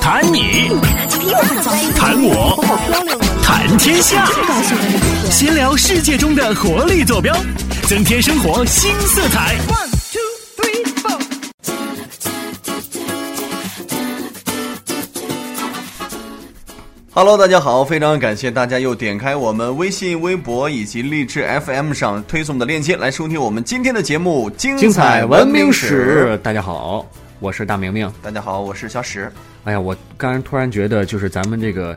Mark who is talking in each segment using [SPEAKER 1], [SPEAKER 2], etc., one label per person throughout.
[SPEAKER 1] 谈你，谈我，谈天下，闲聊世界中的活力坐标，增添生活新色彩。
[SPEAKER 2] Hello，大家好，非常感谢大家又点开我们微信、微博以及荔枝 FM 上推送的链接来收听我们今天的节目《精
[SPEAKER 3] 精彩文明
[SPEAKER 2] 明
[SPEAKER 3] 史。大家好，我是大明明。》。
[SPEAKER 2] 大家好，我是小史。
[SPEAKER 3] 哎呀，我刚才突然觉得，就是咱们这个，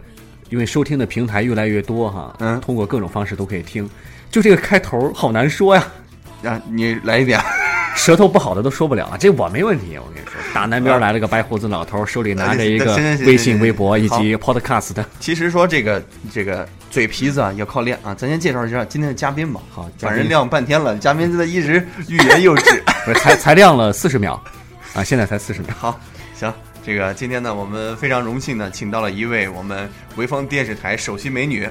[SPEAKER 3] 因为收听的平台越来越多哈，
[SPEAKER 2] 嗯
[SPEAKER 3] 通过各种方式都可以听。就这个开头好难说呀，
[SPEAKER 2] 啊，你来一点。
[SPEAKER 3] 舌头不好的都说不了啊。这我没问题，我跟你说，大南边来了个白胡子老头，手里拿着一个
[SPEAKER 2] 行行行行
[SPEAKER 3] 微信、微博以
[SPEAKER 2] 好
[SPEAKER 3] 及 Podcast。
[SPEAKER 2] 其实说这个这个嘴皮子啊，要靠练啊。咱先介绍一下今天的嘉宾吧。
[SPEAKER 3] 好嘉宾
[SPEAKER 2] 反正亮半天了，嘉宾真的一直欲言又止。
[SPEAKER 3] 不是，才才亮了四十秒啊，现在才四十秒。
[SPEAKER 2] 好，行，这个今天呢，我们非常荣幸呢，请到了一位我们潍坊电视台首席美女。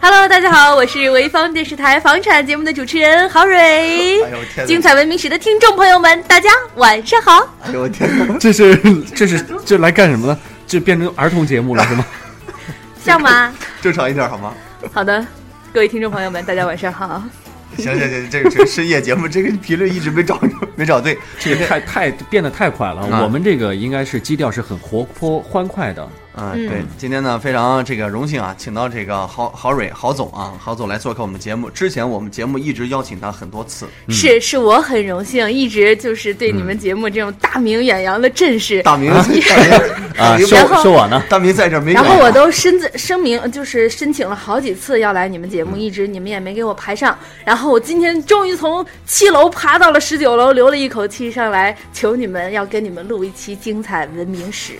[SPEAKER 4] Hello，大家好，我是潍坊电视台房产节目的主持人郝蕊。
[SPEAKER 2] 哎呦我天哪
[SPEAKER 4] 精彩文明史的听众朋友们，大家晚上 好。
[SPEAKER 2] 哎呦我天哪！
[SPEAKER 3] 这是这是这来干什么呢？这变成儿童节目了是吗？
[SPEAKER 4] 笑吗？
[SPEAKER 2] 正常一点好吗？
[SPEAKER 4] 好的，各位听众朋友们，大家晚上好。
[SPEAKER 2] 行行行，这个是深夜节目，这个频率一直没找 没找对。
[SPEAKER 3] 这个太太变得太快了。
[SPEAKER 2] 啊
[SPEAKER 3] 我们这个应该是基调是很活泼欢快的。
[SPEAKER 2] 啊，
[SPEAKER 4] 嗯
[SPEAKER 2] 对，今天呢非常这个荣幸啊，请到这个郝郝蕊郝总啊，郝总来做客我们节目。之前我们节目一直邀请他很多次，
[SPEAKER 4] 是是我很荣幸，一直就是对你们节目这种大名远扬的阵势，
[SPEAKER 2] 嗯大明大明
[SPEAKER 3] 啊，
[SPEAKER 2] 明
[SPEAKER 3] 说
[SPEAKER 4] 然后
[SPEAKER 3] 说我呢？
[SPEAKER 2] 大明在这儿没啊
[SPEAKER 4] 然后
[SPEAKER 2] 远
[SPEAKER 4] 我都申自声明，就是申请了好几次要来你们节目，一直你们也没给我排上。然后我今天终于从七楼爬到了十九楼，留了一口气上来，求你们要跟你们录一期精彩文明史，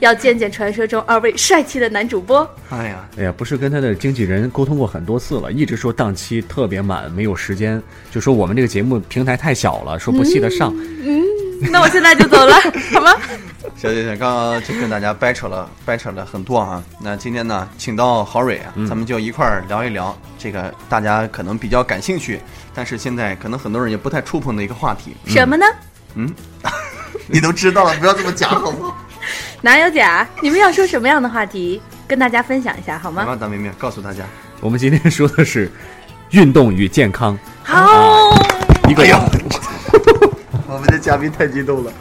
[SPEAKER 4] 要见见传说中二位帅气的男主播。
[SPEAKER 2] 哎呀，
[SPEAKER 3] 哎呀，不是跟他的经纪人沟通过很多次了，一直说档期特别满，没有时间，就说我们这个节目平台太小了，说不系得上。
[SPEAKER 4] 那我现在就走了，好吗？
[SPEAKER 2] 行行行，刚刚就跟大家掰扯了掰扯了很多啊。那今天呢，请到郝蕊啊，咱们就一块儿聊一聊这个大家可能比较感兴趣，但是现在可能很多人也不太触碰的一个话题。
[SPEAKER 4] 什么呢？
[SPEAKER 2] 你都知道了，不要这么讲好吗？
[SPEAKER 4] 哪有假？你们要说什么样的话题，跟大家分享一下好
[SPEAKER 2] 来
[SPEAKER 4] 吗？
[SPEAKER 2] 吧，大明明告诉大家，
[SPEAKER 3] 我们今天说 的是运动与健康，
[SPEAKER 4] 好，
[SPEAKER 3] 一个、
[SPEAKER 2] 我们的嘉宾太激动了。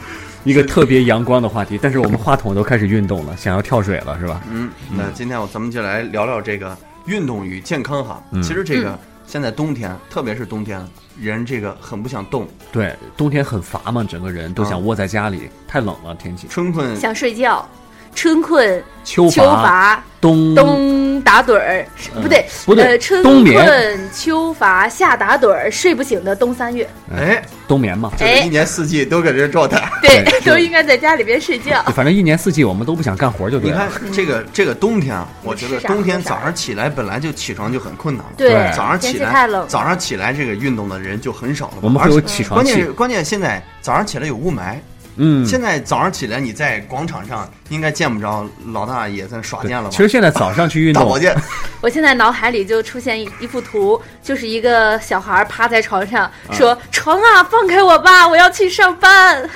[SPEAKER 3] 一个特别阳光的话题。但是我们话筒都开始运动了，想要跳水了是吧？
[SPEAKER 2] 嗯，那今天我咱们就来聊聊这个运动与健康哈。
[SPEAKER 3] 嗯
[SPEAKER 2] 其实这个现在冬天，特别是冬天，人这个很不想动，
[SPEAKER 3] 对，冬天很乏嘛，整个人都想窝在家里，太冷了天气。
[SPEAKER 2] 春困
[SPEAKER 4] 想睡觉，春困，
[SPEAKER 3] 秋乏，
[SPEAKER 4] 秋乏。
[SPEAKER 3] 冬
[SPEAKER 4] 冬打盹儿，是不对，
[SPEAKER 3] 嗯不对
[SPEAKER 4] 呃，春
[SPEAKER 3] 冬眠
[SPEAKER 4] 困秋乏夏打盹儿，睡不醒的冬三月，
[SPEAKER 2] 哎，
[SPEAKER 3] 冬眠嘛。
[SPEAKER 2] 就是
[SPEAKER 4] 哎
[SPEAKER 2] 一年四季都搁这状态。
[SPEAKER 4] 对
[SPEAKER 3] 对，
[SPEAKER 4] 都应该在家里边睡觉。
[SPEAKER 3] 反正一年四季我们都不想干活就
[SPEAKER 2] 你
[SPEAKER 3] 对了。
[SPEAKER 2] 看这个这个冬天啊，我觉得
[SPEAKER 4] 吃啥
[SPEAKER 2] 冬天
[SPEAKER 4] 喝啥
[SPEAKER 2] 早上起来本来就起床就很困难了，
[SPEAKER 4] 对
[SPEAKER 3] 对
[SPEAKER 2] 早上起
[SPEAKER 4] 天气
[SPEAKER 2] 来
[SPEAKER 4] 太冷了
[SPEAKER 2] 早上起来这个运动的人就很少了嘛。
[SPEAKER 3] 我们会
[SPEAKER 2] 而
[SPEAKER 3] 有
[SPEAKER 2] 且
[SPEAKER 3] 起床
[SPEAKER 2] 关键
[SPEAKER 3] 气
[SPEAKER 2] 是，关键现在早上起来有雾霾，
[SPEAKER 3] 嗯，
[SPEAKER 2] 现在早上起来你在广场上应该见不着老大爷在那耍
[SPEAKER 3] 对
[SPEAKER 2] 剑了吧？
[SPEAKER 3] 其实现在早上去运
[SPEAKER 2] 大
[SPEAKER 3] 动啊
[SPEAKER 2] 保，健，
[SPEAKER 4] 我现在脑海里就出现一一幅图，就是一个小孩趴在床上说：“床啊，放开我吧，我要去上班。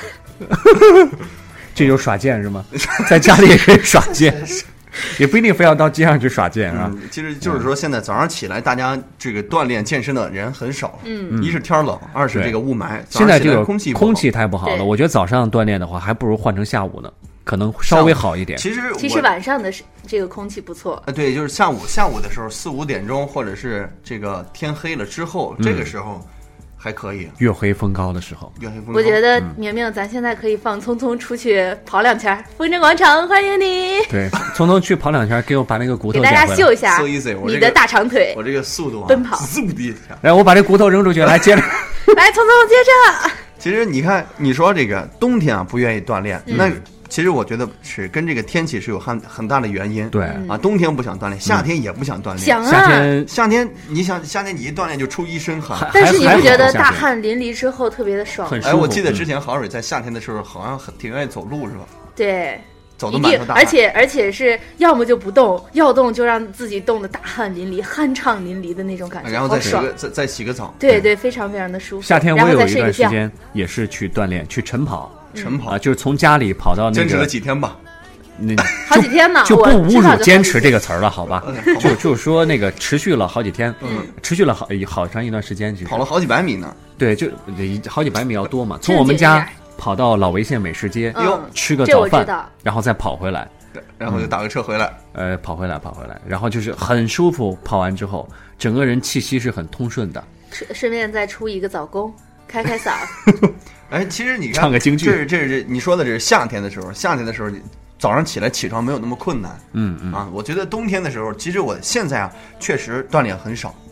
[SPEAKER 3] 这就是耍剑是 吗？在家里也可以耍剑， 也不一定非要到街上去耍剑啊。
[SPEAKER 2] 嗯，其实就是说，现在早上起来，大家这个锻炼健身的人很少。嗯，一是天儿冷，二是
[SPEAKER 3] 对
[SPEAKER 2] 这个雾霾。
[SPEAKER 3] 现在
[SPEAKER 2] 早上起
[SPEAKER 3] 这
[SPEAKER 2] 来
[SPEAKER 3] 个
[SPEAKER 2] 空气不好
[SPEAKER 3] 空气太不好
[SPEAKER 4] 对
[SPEAKER 3] 了，我觉得早上锻炼的话，还不如换成下午呢，可能稍微好一点。
[SPEAKER 2] 其实”我
[SPEAKER 4] 其实晚上的是这个空气不错，
[SPEAKER 2] 啊，对，就是下午下午的时候，四五点钟或者是这个天黑了之后，这个时候还可以。
[SPEAKER 3] 月黑风高的时候，
[SPEAKER 2] 月黑风高，
[SPEAKER 4] 我觉得
[SPEAKER 3] 嗯
[SPEAKER 4] 明明，咱现在可以放匆匆出去跑两圈儿，风筝广场欢迎你，
[SPEAKER 3] 对，从头去跑两圈，给我把那个骨
[SPEAKER 4] 给
[SPEAKER 3] 头
[SPEAKER 4] 大
[SPEAKER 3] 捡
[SPEAKER 4] 家
[SPEAKER 3] 回
[SPEAKER 4] 秀
[SPEAKER 3] 来。
[SPEAKER 4] 一下
[SPEAKER 2] so easy，我
[SPEAKER 4] 你
[SPEAKER 2] 这个
[SPEAKER 4] 的大长腿
[SPEAKER 2] 我，这个速度啊，
[SPEAKER 4] 奔跑
[SPEAKER 2] 速度一下。
[SPEAKER 3] 哎来，我把这骨头扔出去，来接着。
[SPEAKER 4] 来，聪聪接着。
[SPEAKER 2] 其实你看，你说这个冬天啊不愿意锻炼，那
[SPEAKER 4] 嗯
[SPEAKER 2] 其实我觉得是跟这个天气是有很很大的原因。
[SPEAKER 3] 对
[SPEAKER 2] 啊，冬天不想锻炼，夏天也不想锻炼。
[SPEAKER 4] 嗯想
[SPEAKER 3] 夏
[SPEAKER 4] 啊，
[SPEAKER 3] 天
[SPEAKER 2] 夏天你想，夏天你一锻炼就出一身汗。
[SPEAKER 4] 但是
[SPEAKER 3] 还
[SPEAKER 4] 你
[SPEAKER 3] 还
[SPEAKER 4] 不
[SPEAKER 3] 好
[SPEAKER 4] 觉得
[SPEAKER 3] 夏
[SPEAKER 4] 大
[SPEAKER 3] 天
[SPEAKER 4] 汗淋漓之后特别的爽？
[SPEAKER 3] 很舒
[SPEAKER 2] 哎，
[SPEAKER 3] 服。
[SPEAKER 2] 我记得
[SPEAKER 3] 嗯
[SPEAKER 2] 之前郝蕊在夏天的时候好像很挺愿意走路是吧？
[SPEAKER 4] 对，
[SPEAKER 2] 走的
[SPEAKER 4] 一
[SPEAKER 2] 满
[SPEAKER 4] 定
[SPEAKER 2] 头，大汗。
[SPEAKER 4] 而且而且是要么就不动，要动就让自己动的大汗淋漓、酣畅淋漓的那种感觉，
[SPEAKER 2] 然后
[SPEAKER 4] 好
[SPEAKER 2] 再洗
[SPEAKER 4] 爽
[SPEAKER 2] 个。再再洗个澡，
[SPEAKER 4] 对对，非常非常的舒服。
[SPEAKER 3] 夏天
[SPEAKER 4] 然
[SPEAKER 3] 我
[SPEAKER 4] 后
[SPEAKER 3] 有
[SPEAKER 4] 再
[SPEAKER 3] 一
[SPEAKER 4] 睡
[SPEAKER 3] 段
[SPEAKER 4] 个
[SPEAKER 3] 时
[SPEAKER 4] 觉，
[SPEAKER 3] 间也是去锻炼，去晨跑啊
[SPEAKER 2] 晨跑
[SPEAKER 4] 嗯
[SPEAKER 3] 啊，就是从家里跑到那
[SPEAKER 2] 坚持了
[SPEAKER 3] 个
[SPEAKER 2] 几天吧。
[SPEAKER 3] 那
[SPEAKER 4] 好几天呢
[SPEAKER 3] 就不
[SPEAKER 4] 啊我
[SPEAKER 3] 侮
[SPEAKER 4] 知道就好
[SPEAKER 3] 辱
[SPEAKER 4] 几
[SPEAKER 3] “坚持”这个词儿了，好 吧？
[SPEAKER 2] 嗯
[SPEAKER 3] 就就说那个持续了好几天，持续了好好长一段时间，其实
[SPEAKER 2] 跑了好几百米呢。
[SPEAKER 3] 对，就呃好几百米要多嘛，从
[SPEAKER 4] 正
[SPEAKER 3] 我们
[SPEAKER 4] 经点
[SPEAKER 3] 家
[SPEAKER 4] 儿
[SPEAKER 3] 跑到老潍县美食街，
[SPEAKER 4] 嗯
[SPEAKER 3] 吃个
[SPEAKER 4] 这
[SPEAKER 3] 早
[SPEAKER 4] 我知
[SPEAKER 3] 饭
[SPEAKER 4] 道，
[SPEAKER 3] 然后再跑回来，
[SPEAKER 2] 对然
[SPEAKER 3] 嗯
[SPEAKER 2] 后就打个车回来，
[SPEAKER 3] 呃，跑回来，跑回来，然后就是很舒服。跑完之后，整个人气息是很通顺的。
[SPEAKER 4] 顺顺便再出一个早功，开 开嗓。
[SPEAKER 2] 哎，其实你看，
[SPEAKER 3] 唱个京剧
[SPEAKER 2] 这是这是这你说的，这是夏天的时候，夏天的时候你早上起来起床没有那么困难，
[SPEAKER 3] 嗯嗯，
[SPEAKER 2] 啊，我觉得冬天的时候，其实我现在啊，确实锻炼很少。
[SPEAKER 4] 嗯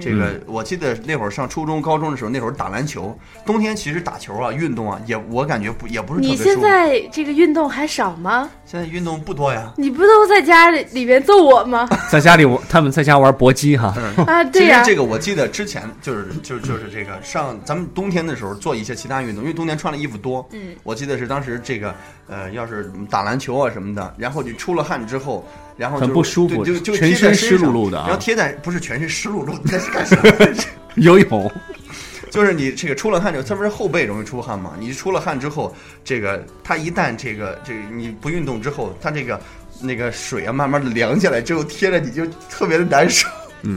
[SPEAKER 2] 这个我记得那会儿上初中、高中的时候，那会儿打篮球，冬天其实打球啊、运动啊，也我感觉不也不是
[SPEAKER 4] 你
[SPEAKER 2] 特别
[SPEAKER 4] 现
[SPEAKER 2] 舒服。
[SPEAKER 4] 在这个运动还少吗？
[SPEAKER 2] 现在运动不多呀，
[SPEAKER 4] 你不都在家里里边揍我 吗？
[SPEAKER 3] 在家里我他们在家玩搏击哈，
[SPEAKER 4] 啊，
[SPEAKER 2] 其
[SPEAKER 4] 对
[SPEAKER 2] 实
[SPEAKER 4] 呀、
[SPEAKER 2] 这个我记得之前就是就就是这个上咱们冬天的时候做一些其他运动，因为冬天穿的衣服多。
[SPEAKER 4] 嗯，
[SPEAKER 2] 我记得是当时这个呃，要是打篮球啊什么的，然后你出了汗之后，然后就
[SPEAKER 3] 很不舒服
[SPEAKER 2] 对就就
[SPEAKER 3] 全
[SPEAKER 2] 贴
[SPEAKER 3] 身
[SPEAKER 2] 在
[SPEAKER 3] 湿
[SPEAKER 2] 身
[SPEAKER 3] 漉
[SPEAKER 2] 上
[SPEAKER 3] 漉的啊
[SPEAKER 2] 然后贴在不是全身湿漉漉的， 那是 干什么？
[SPEAKER 3] 游泳。
[SPEAKER 2] 就是你这个出了汗之后，特别是后背容易出汗嘛。你出了汗之后，这个它一旦这个这个你不运动之后，它这个那个水啊慢慢的凉下来之后，贴着你就特别的难受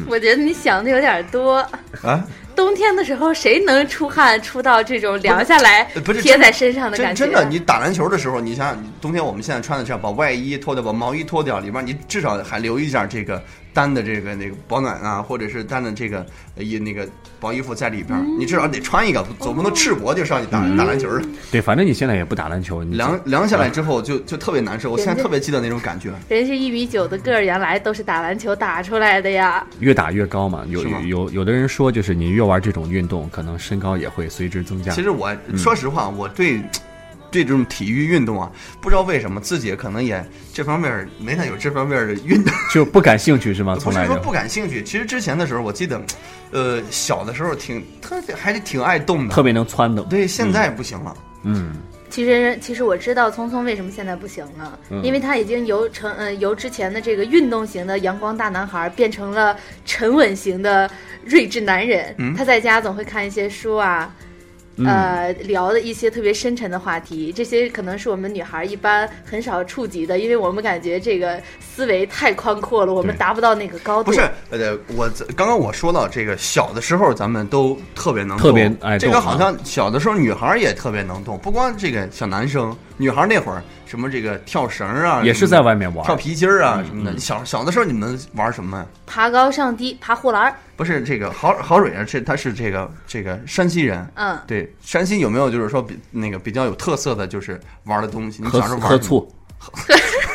[SPEAKER 4] 我觉得你想的有点多。
[SPEAKER 2] 啊。
[SPEAKER 4] 冬天的时候，谁能出汗出到这种凉下来
[SPEAKER 2] 呃不是
[SPEAKER 4] 贴
[SPEAKER 2] 真
[SPEAKER 4] 在身上的
[SPEAKER 2] 真
[SPEAKER 4] 感觉？啊
[SPEAKER 2] 真的，你打篮球的时候，你想想，你冬天我们现在穿的这样，把外衣脱掉，把毛衣脱掉，里边你至少还留一件这个单的这个那个保暖啊，或者是单的这个呃一那个薄衣服在里边，
[SPEAKER 4] 嗯
[SPEAKER 2] 你至少得穿一个，总不能赤膊就上去打、打篮球了。
[SPEAKER 3] 对，反正你现在也不打篮球，你
[SPEAKER 4] 嗯
[SPEAKER 2] 凉凉下来之后就就特别难受，我现在
[SPEAKER 4] 人家
[SPEAKER 2] 特别记得那种感觉。
[SPEAKER 4] 人是一米九的个儿，原来都是打篮球打出来的呀。
[SPEAKER 3] 越打越高嘛。有
[SPEAKER 2] 是吗
[SPEAKER 3] 有有的人说，就是你越玩这种运动，可能身高也会随之增加。
[SPEAKER 2] 其实我说实话，
[SPEAKER 3] 嗯
[SPEAKER 2] 我对对这种体育运动啊，不知道为什么自己可能也这方面儿没太有这方面儿的运动，
[SPEAKER 3] 就不感兴趣是吗？
[SPEAKER 2] 不
[SPEAKER 3] 啊从
[SPEAKER 2] 是
[SPEAKER 3] 来
[SPEAKER 2] 说
[SPEAKER 3] 就
[SPEAKER 2] 不感兴趣。其实之前的时候，我记得，呃，小的时候挺特还是挺爱动
[SPEAKER 3] 特
[SPEAKER 2] 的，
[SPEAKER 3] 别能窜的。
[SPEAKER 2] 对，现在不行了。
[SPEAKER 3] 嗯，
[SPEAKER 4] 其实，其实我知道聪聪为什么现在不行了，
[SPEAKER 3] 嗯
[SPEAKER 4] 因为他已经由成呃由之前的这个运动型的阳光大男孩变成了沉稳型的睿智男人。
[SPEAKER 2] 嗯
[SPEAKER 4] 他在家总会看一些书啊，
[SPEAKER 3] 嗯
[SPEAKER 4] 呃，聊的一些特别深沉的话题，这些可能是我们女孩一般很少触及的，因为我们感觉这个思维太宽阔了，我们
[SPEAKER 3] 对
[SPEAKER 4] 达不到那个高度。
[SPEAKER 2] 不是，呃，我这刚刚我说到这个，小的时候咱们都特别能动，
[SPEAKER 3] 特别爱
[SPEAKER 2] 这
[SPEAKER 3] 动
[SPEAKER 2] 个
[SPEAKER 3] 啊
[SPEAKER 2] 好像小的时候女孩儿也特别能动，不光这个小男生，女孩儿那会儿什么这个跳绳儿啊，
[SPEAKER 3] 也是
[SPEAKER 2] 什么
[SPEAKER 3] 在外面玩嗯
[SPEAKER 2] 跳皮筋儿啊什么的。小小的时候你们玩什么呀？
[SPEAKER 4] 爬高上低，爬护栏儿，
[SPEAKER 2] 不是这个郝郝蕊啊，这他是这个这个山西人，
[SPEAKER 4] 嗯
[SPEAKER 2] 对，山西有没有就是说比那个比较有特色的就是玩的东西？你
[SPEAKER 3] 喝
[SPEAKER 2] 小时候
[SPEAKER 3] 醋
[SPEAKER 2] 玩
[SPEAKER 3] 喝
[SPEAKER 2] 什么，
[SPEAKER 3] 醋，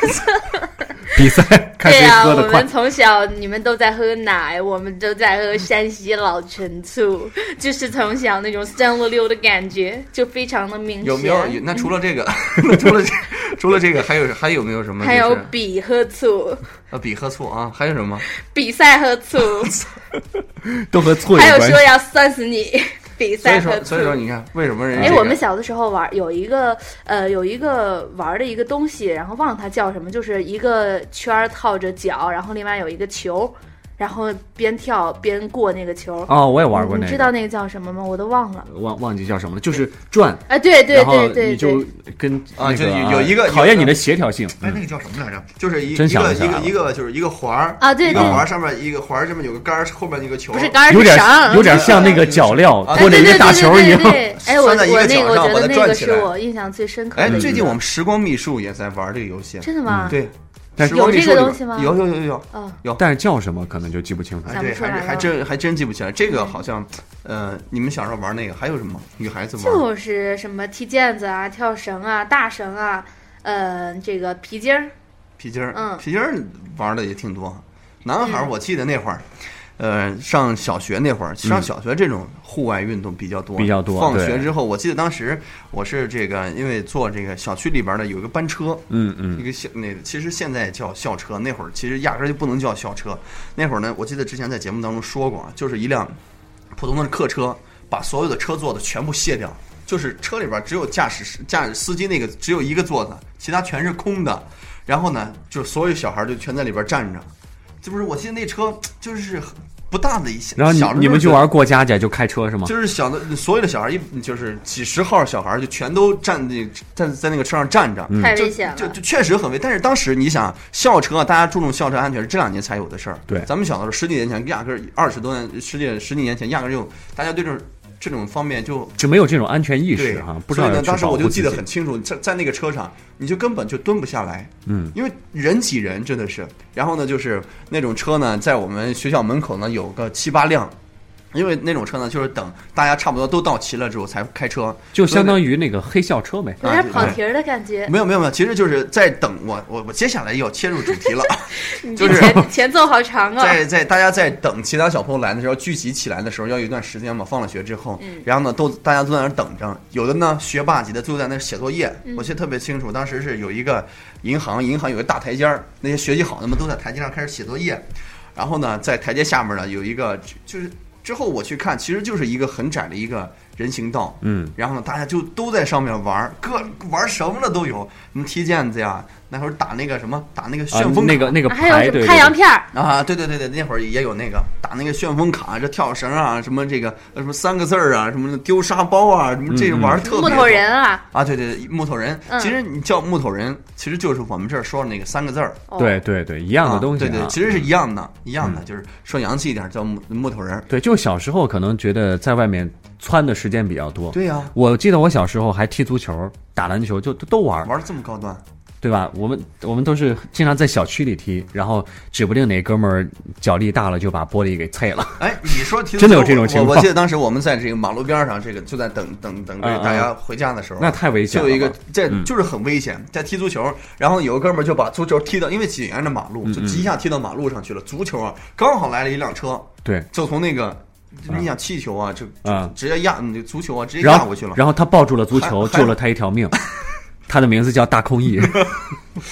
[SPEAKER 3] 比赛看
[SPEAKER 4] 对啊
[SPEAKER 3] 谁
[SPEAKER 4] 呀、
[SPEAKER 3] 喝
[SPEAKER 4] 我
[SPEAKER 3] 的快
[SPEAKER 4] 们。从小你们都在喝奶，我们都在喝山西老陈醋， 就是从小那种酸溜溜的感觉就非常的明显。
[SPEAKER 2] 有没有？有
[SPEAKER 4] 嗯
[SPEAKER 2] 那除了这个， 那除了这，除了这个，还有还有没有什么、就是？
[SPEAKER 4] 还有比喝醋，
[SPEAKER 2] 呃，比喝醋啊，还有什么？
[SPEAKER 4] 比赛喝 醋，
[SPEAKER 3] 都和醋
[SPEAKER 4] 还有
[SPEAKER 3] 关系
[SPEAKER 4] 说。要酸死你， 比
[SPEAKER 2] 所以
[SPEAKER 4] 赛喝
[SPEAKER 2] 说，
[SPEAKER 4] 醋
[SPEAKER 2] 所以。说，你看为什么人家、
[SPEAKER 4] 哎，
[SPEAKER 2] 这个？
[SPEAKER 4] 我们小的时候玩有一个呃有一个玩的一个东西，然后忘了它叫什么，就是一个圈儿套着脚，然后另外有一个球，然后边跳边过那个球。
[SPEAKER 3] 哦，我也玩过
[SPEAKER 4] 你
[SPEAKER 3] 那
[SPEAKER 4] 你
[SPEAKER 3] 个，
[SPEAKER 4] 知道那个叫什么吗？我都忘了。
[SPEAKER 3] 忘忘记叫什么了，就是转，
[SPEAKER 4] 啊，对对
[SPEAKER 3] 然后
[SPEAKER 4] 对对
[SPEAKER 3] 你就
[SPEAKER 4] 对，
[SPEAKER 3] 跟
[SPEAKER 2] 啊
[SPEAKER 3] 那
[SPEAKER 2] 就
[SPEAKER 3] 个
[SPEAKER 2] 有有一个
[SPEAKER 3] 考验
[SPEAKER 2] 有一个
[SPEAKER 3] 你的协调性。嗯
[SPEAKER 2] 哎，那个叫什么来着？就是一一
[SPEAKER 3] 真
[SPEAKER 2] 个
[SPEAKER 3] 想不
[SPEAKER 2] 一
[SPEAKER 3] 起来
[SPEAKER 2] 个
[SPEAKER 3] 了
[SPEAKER 2] 一个就是一个环儿
[SPEAKER 4] 啊对
[SPEAKER 2] 一个
[SPEAKER 4] 对
[SPEAKER 2] 环儿上面一个环儿上面有个杆儿，后面那个球
[SPEAKER 4] 不是杆儿
[SPEAKER 3] 有
[SPEAKER 4] 是
[SPEAKER 3] 点
[SPEAKER 4] 绳，
[SPEAKER 3] 有点像那个脚镣
[SPEAKER 2] 啊
[SPEAKER 3] 拖着一个大球一
[SPEAKER 4] 对对对对对
[SPEAKER 3] 样。
[SPEAKER 4] 对哎，我
[SPEAKER 2] 拴在一个
[SPEAKER 4] 我那
[SPEAKER 2] 脚
[SPEAKER 4] 个我
[SPEAKER 2] 上
[SPEAKER 4] 觉
[SPEAKER 2] 把它
[SPEAKER 4] 得那
[SPEAKER 2] 转
[SPEAKER 4] 个
[SPEAKER 2] 起
[SPEAKER 4] 是
[SPEAKER 2] 来
[SPEAKER 4] 我印象最深刻的
[SPEAKER 2] 哎
[SPEAKER 4] 一个。，
[SPEAKER 2] 最近我们时光秘术也在玩这个游戏，啊
[SPEAKER 4] 真的吗？
[SPEAKER 2] 对，
[SPEAKER 3] 但
[SPEAKER 2] 时光
[SPEAKER 4] 有
[SPEAKER 2] 秘
[SPEAKER 4] 这
[SPEAKER 2] 术
[SPEAKER 4] 个
[SPEAKER 2] 里
[SPEAKER 4] 东
[SPEAKER 2] 边
[SPEAKER 4] 西吗
[SPEAKER 2] 有有有有，
[SPEAKER 4] 嗯，
[SPEAKER 3] 但是叫什么可能就记不清了
[SPEAKER 2] 哎，
[SPEAKER 4] 想
[SPEAKER 2] 对，
[SPEAKER 4] 不出
[SPEAKER 2] 还
[SPEAKER 4] 来
[SPEAKER 2] 是还
[SPEAKER 4] 了
[SPEAKER 2] 真还真记不起来。这个好像，呃，你们小时候玩那个还有什么？女孩子玩
[SPEAKER 4] 就是什么踢毽子啊、跳绳啊、大绳啊，呃，这个皮筋儿，
[SPEAKER 2] 皮筋儿，
[SPEAKER 4] 嗯
[SPEAKER 2] 皮筋儿玩的也挺多。男孩儿，我记得那会儿，呃，上小学那会儿，上小学这种户外运动比较多，
[SPEAKER 3] 嗯比较多
[SPEAKER 2] 放
[SPEAKER 3] 对
[SPEAKER 2] 学之后，我记得当时我是这个，因为坐这个小区里边儿的有一个班车，
[SPEAKER 3] 嗯
[SPEAKER 2] 一
[SPEAKER 3] 嗯，
[SPEAKER 2] 个校那其实现在叫校车，那会儿其实压根儿就不能叫校车。那会儿呢，我记得之前在节目当中说过啊，就是一辆普通的客车，把所有的车座子全部卸掉，就是车里边儿只有驾驶室、驾驶司机那个只有一个座子，其他全是空的。然后呢，就所有小孩儿就全在里边儿站着，这不是我记得那车就是不大的一些。
[SPEAKER 3] 然后
[SPEAKER 2] 小的时
[SPEAKER 3] 你
[SPEAKER 2] 候
[SPEAKER 3] 你们去
[SPEAKER 2] 就
[SPEAKER 3] 玩过家家就开车是吗？
[SPEAKER 2] 就是小的，所有的小孩一就是几十号小孩就全都站那站在那个车上站
[SPEAKER 3] 嗯
[SPEAKER 2] 着，
[SPEAKER 4] 太
[SPEAKER 2] 就
[SPEAKER 4] 危险了。
[SPEAKER 2] 就就确实很危。但是当时你想校车啊，大家注重校车安全是这两年才有的事儿。
[SPEAKER 3] 对
[SPEAKER 2] 咱们小的时候十几年前压根儿二十多年十几十几年前压根儿就大家对这种这种方面就
[SPEAKER 3] 就没有这种安全意
[SPEAKER 2] 对
[SPEAKER 3] 识哈，不知
[SPEAKER 2] 所
[SPEAKER 3] 道
[SPEAKER 2] 以
[SPEAKER 3] 要
[SPEAKER 2] 呢，
[SPEAKER 3] 去
[SPEAKER 2] 当时
[SPEAKER 3] 保
[SPEAKER 2] 我
[SPEAKER 3] 护
[SPEAKER 2] 就
[SPEAKER 3] 自
[SPEAKER 2] 记得
[SPEAKER 3] 己
[SPEAKER 2] 很清楚，在在那个车上，你就根本就蹲不下来，
[SPEAKER 3] 嗯，
[SPEAKER 2] 因为人挤人真的是。然后呢，就是那种车呢，在我们学校门口呢有个七八辆。因为那种车呢，就是等大家差不多都到齐了之后才开车，
[SPEAKER 3] 就相当于那个黑校车呗。
[SPEAKER 4] 有
[SPEAKER 2] 啊
[SPEAKER 4] 点
[SPEAKER 2] 对
[SPEAKER 4] 跑题儿的感觉，
[SPEAKER 2] 没有没有没有，其实就是在等我我我接下来要切入主题了，啊
[SPEAKER 4] 你
[SPEAKER 2] 就
[SPEAKER 4] 这
[SPEAKER 2] 是
[SPEAKER 4] 前前奏好长啊！
[SPEAKER 2] 在在大家在等其他小朋友来的时候，聚集起来的时候，要有一段时间嘛。放了学之后，然后呢，都大家都在那儿等着。有的呢，学霸级的就在那儿写作业。我记得特别清楚，当时是有一个银行，银行有个大台阶儿，那些学习好的们都在台阶上开始写作业。然后呢，在台阶下面呢有一个，就是之后我去看，其实就是一个很窄的一个人行道。
[SPEAKER 3] 嗯，
[SPEAKER 2] 然后呢，大家就都在上面玩儿，各玩什么的都有，什么踢毽子呀，那会儿打那个什么，打那个
[SPEAKER 3] 啊
[SPEAKER 2] 旋，风、
[SPEAKER 3] 那个那个
[SPEAKER 4] 还有
[SPEAKER 3] 牌，
[SPEAKER 4] 什
[SPEAKER 3] 对
[SPEAKER 4] 么，太阳片儿，
[SPEAKER 2] 啊，对对对对，那会儿也有那个打那个旋风卡，这跳绳啊，什么这个呃什么三个字儿啊，什么丢沙包啊，什么这个玩儿特别
[SPEAKER 4] 嗯木头
[SPEAKER 2] 多
[SPEAKER 4] 人啊，
[SPEAKER 2] 啊，对对对，木头人，
[SPEAKER 4] 嗯
[SPEAKER 2] 其实你叫木头人，其实就是我们这儿说的那个三个字儿，
[SPEAKER 4] 哦
[SPEAKER 3] 对对对，一样的
[SPEAKER 2] 啊
[SPEAKER 3] 东西、啊嗯
[SPEAKER 2] 对对，其实是一样的，一样的，就是说洋气一点叫木木头人儿，
[SPEAKER 3] 对，就小时候可能觉得在外面窜的时间比较多。
[SPEAKER 2] 对呀、
[SPEAKER 3] 我记得我小时候还踢足球、打篮球，就都都玩儿，
[SPEAKER 2] 玩的这么高端，
[SPEAKER 3] 对吧？我们我们都是经常在小区里踢，然后指不定哪哥们儿脚力大了就把玻璃给碎了。
[SPEAKER 2] 哎，你说踢足球
[SPEAKER 3] 真的有这种情
[SPEAKER 2] 我我
[SPEAKER 3] 况
[SPEAKER 2] 记得当时我们在这个马路边儿上，这个就在等等等
[SPEAKER 3] 嗯
[SPEAKER 2] 着
[SPEAKER 3] 嗯
[SPEAKER 2] 大家回家的时候，
[SPEAKER 3] 那太危险
[SPEAKER 2] 就
[SPEAKER 3] 了
[SPEAKER 2] 有一个
[SPEAKER 3] 吧，嗯
[SPEAKER 2] 这就是很危险，在踢足球，然后有个哥们儿就把足球踢到，因为紧沿着马路，
[SPEAKER 3] 嗯
[SPEAKER 2] 就一下踢到马路上去了。足球啊，刚好来了一辆车，
[SPEAKER 3] 对，
[SPEAKER 2] 就从那个，你想气球啊，就就
[SPEAKER 3] 嗯
[SPEAKER 2] 直接压，你这足球啊，直接
[SPEAKER 3] 然
[SPEAKER 2] 压
[SPEAKER 3] 后
[SPEAKER 2] 过去了。
[SPEAKER 3] 然后他抱住了足球，
[SPEAKER 2] 还还
[SPEAKER 3] 救了他一条 命。他的名字叫大空翼，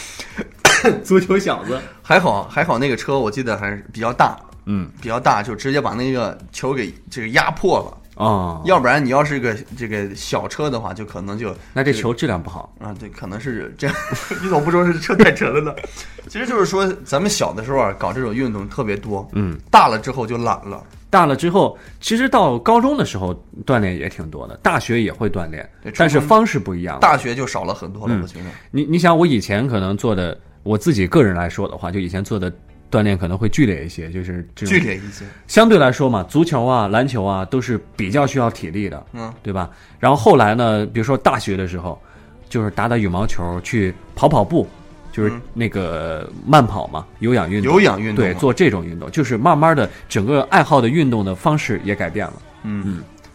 [SPEAKER 3] 足球小子。
[SPEAKER 2] 还好啊还好，那个车我记得还是比较大，
[SPEAKER 3] 嗯，
[SPEAKER 2] 比较大，就直接把那个球给这个压破了。
[SPEAKER 3] 哦，
[SPEAKER 2] 要不然你要是个这个小车的话，就可能就
[SPEAKER 3] 那这球质量不好。
[SPEAKER 2] 啊，对，可能是这样。 你怎么不说是车太沉了呢？其实就是说，咱们小的时候啊，搞这种运动特别多，
[SPEAKER 3] 嗯，
[SPEAKER 2] 大了之后就懒了。
[SPEAKER 3] 大了之后，其实到高中的时候锻炼也挺多的，大学也会锻炼
[SPEAKER 2] 对，
[SPEAKER 3] 但是
[SPEAKER 2] 初中
[SPEAKER 3] 方式不一样了。
[SPEAKER 2] 大学就少了很多
[SPEAKER 3] 嗯
[SPEAKER 2] 了，我觉得。
[SPEAKER 3] 你你想，我以前可能做的，我自己个人来说的话，就以前做的锻炼可能会剧烈一些，就是这种
[SPEAKER 2] 剧烈一些，
[SPEAKER 3] 相对来说嘛，足球啊、篮球啊都是比较需要体力的，
[SPEAKER 2] 嗯，
[SPEAKER 3] 对吧？然后后来呢，比如说大学的时候，就是打打羽毛球，去跑跑步，就是
[SPEAKER 2] 嗯
[SPEAKER 3] 那个慢跑嘛，有氧运动，
[SPEAKER 2] 有氧运动嘛
[SPEAKER 3] 对，做这种运动，就是慢慢的整个爱好的运动的方式也改变了。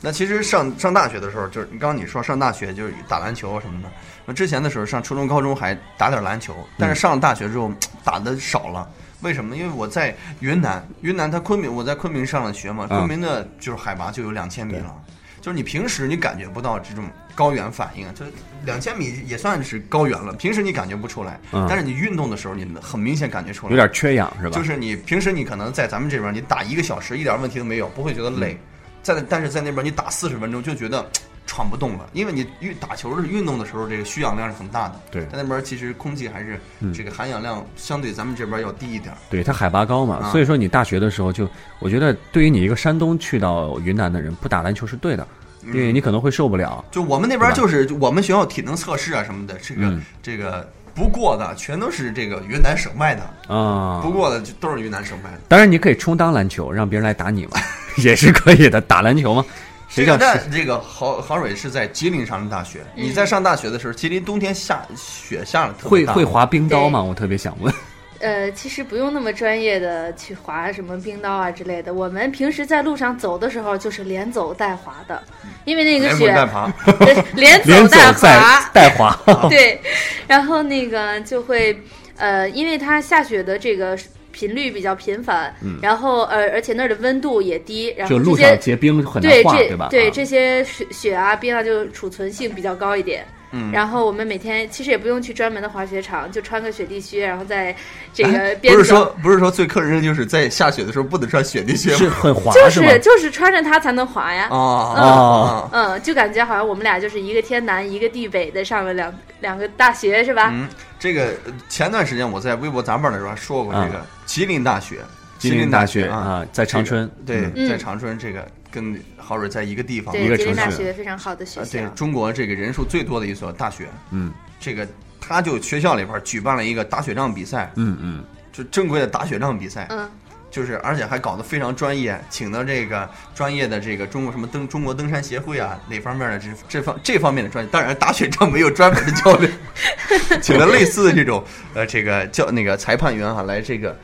[SPEAKER 2] 那其实上上大学的时候，就是你刚刚你说上大学就是打篮球什么的。那之前的时候上初中、高中还打点篮
[SPEAKER 3] 嗯
[SPEAKER 2] 球，但是上了大学之后嗯打的少了。为什么呢？因为我在云南，云南它昆明，我在昆明上了学嘛，
[SPEAKER 3] 嗯
[SPEAKER 2] 昆明的就是海拔就有两千米了，就是你平时你感觉不到这种高原反应，啊就是两千米也算是高原了，平时你感觉不出来，
[SPEAKER 3] 嗯
[SPEAKER 2] 但是你运动的时候你很明显感觉出来，
[SPEAKER 3] 有点缺氧是吧？
[SPEAKER 2] 就是你平时你可能在咱们这边你打一个小时一点问题都没有，不会觉得
[SPEAKER 3] 嗯
[SPEAKER 2] 累，在但是在那边你打四十分钟就觉得喘不动了，因为你运打球是运动的时候，这个需氧量是很大的。
[SPEAKER 3] 对嗯
[SPEAKER 2] 在那边其实空气还是这个含氧量相对咱们这边要低一点。
[SPEAKER 3] 对，它海拔高嘛，
[SPEAKER 2] 啊
[SPEAKER 3] 所以说你大学的时候就，我觉得对于你一个山东去到云南的人，不打篮球是对的，
[SPEAKER 2] 嗯
[SPEAKER 3] 因为你可能会受不了。
[SPEAKER 2] 就我们那边就是就我们学校体能测试啊什么的，这个、
[SPEAKER 3] 嗯
[SPEAKER 2] 这个不过的全都是这个云南省外的，
[SPEAKER 3] 啊、
[SPEAKER 2] 不过的就都是云南省外的。
[SPEAKER 3] 当然你可以充当篮球，让别人来打你嘛， 也是可以的。打篮球嘛，谁
[SPEAKER 2] 这
[SPEAKER 3] 叫
[SPEAKER 2] 个但这个郝郝蕊是在吉林上的大学，你在上大学的时候，吉林冬天下雪下了特别
[SPEAKER 3] 会
[SPEAKER 2] 大，哦
[SPEAKER 3] 会滑冰刀吗？我特别想问。
[SPEAKER 4] 呃，其实不用那么专业的去滑什么冰刀啊之类的，我们平时在路上走的时候就是连走带滑的，因为那个
[SPEAKER 2] 嗯连
[SPEAKER 4] 雪
[SPEAKER 2] 滚带爬。
[SPEAKER 4] 对 连
[SPEAKER 3] 连走
[SPEAKER 4] 走带
[SPEAKER 3] 带
[SPEAKER 4] 滑，
[SPEAKER 3] 带滑，
[SPEAKER 4] 对，然后那个就会，呃，因为它下雪的这个频率比较频繁，
[SPEAKER 2] 嗯
[SPEAKER 4] 然后呃，而且那儿的温度也低，然
[SPEAKER 3] 就
[SPEAKER 4] 后这
[SPEAKER 3] 路
[SPEAKER 4] 些
[SPEAKER 3] 上结冰很难
[SPEAKER 4] 对
[SPEAKER 3] 化，
[SPEAKER 4] 这
[SPEAKER 3] 吧？
[SPEAKER 4] 对
[SPEAKER 3] 啊
[SPEAKER 4] 这些雪雪啊冰啊，就储存性比较高一点。嗯，然后我们每天其实也不用去专门的滑雪场，就穿个雪地靴，然后在这
[SPEAKER 3] 哎
[SPEAKER 4] 个边
[SPEAKER 2] 哎不是
[SPEAKER 4] 走
[SPEAKER 2] 说不是说最坑人的就是在下雪的时候不能穿雪地靴
[SPEAKER 3] 是
[SPEAKER 2] 吗？
[SPEAKER 3] 很滑
[SPEAKER 4] 就是
[SPEAKER 3] 吗？
[SPEAKER 4] 是就是穿着它才能滑呀。
[SPEAKER 2] 啊
[SPEAKER 3] 哦
[SPEAKER 2] 啊！
[SPEAKER 4] 嗯，就感觉好像我们俩就是一个天南一个地北的上了两两个大学
[SPEAKER 3] 嗯
[SPEAKER 4] 是吧？
[SPEAKER 2] 嗯，这个呃前段时间我在微博砸伴儿的时候还说过，这个吉林大学
[SPEAKER 3] 吉林啊大学啊，在长春，
[SPEAKER 2] 对，
[SPEAKER 4] 嗯
[SPEAKER 2] 在长春这个跟郝蕊在一个地方，
[SPEAKER 4] 对
[SPEAKER 3] 一个
[SPEAKER 4] 吉林
[SPEAKER 3] 城
[SPEAKER 4] 大
[SPEAKER 3] 市
[SPEAKER 4] 学非常好的学
[SPEAKER 2] 啊，
[SPEAKER 4] 校
[SPEAKER 2] 对，中国这个人数最多的一所大学，
[SPEAKER 3] 嗯，
[SPEAKER 2] 这个他就学校里边举办了一个打雪仗比赛，
[SPEAKER 3] 嗯嗯，
[SPEAKER 2] 就正规的打雪仗比赛，
[SPEAKER 4] 嗯，
[SPEAKER 2] 就是而且还搞得非常专业，请的这个专业的这个中国什么登中国登山协会啊哪方面的这这方这方面的专业，当然打雪仗没有专门的教练， 请了类似的这种呃这个教那个裁判员哈、来这个。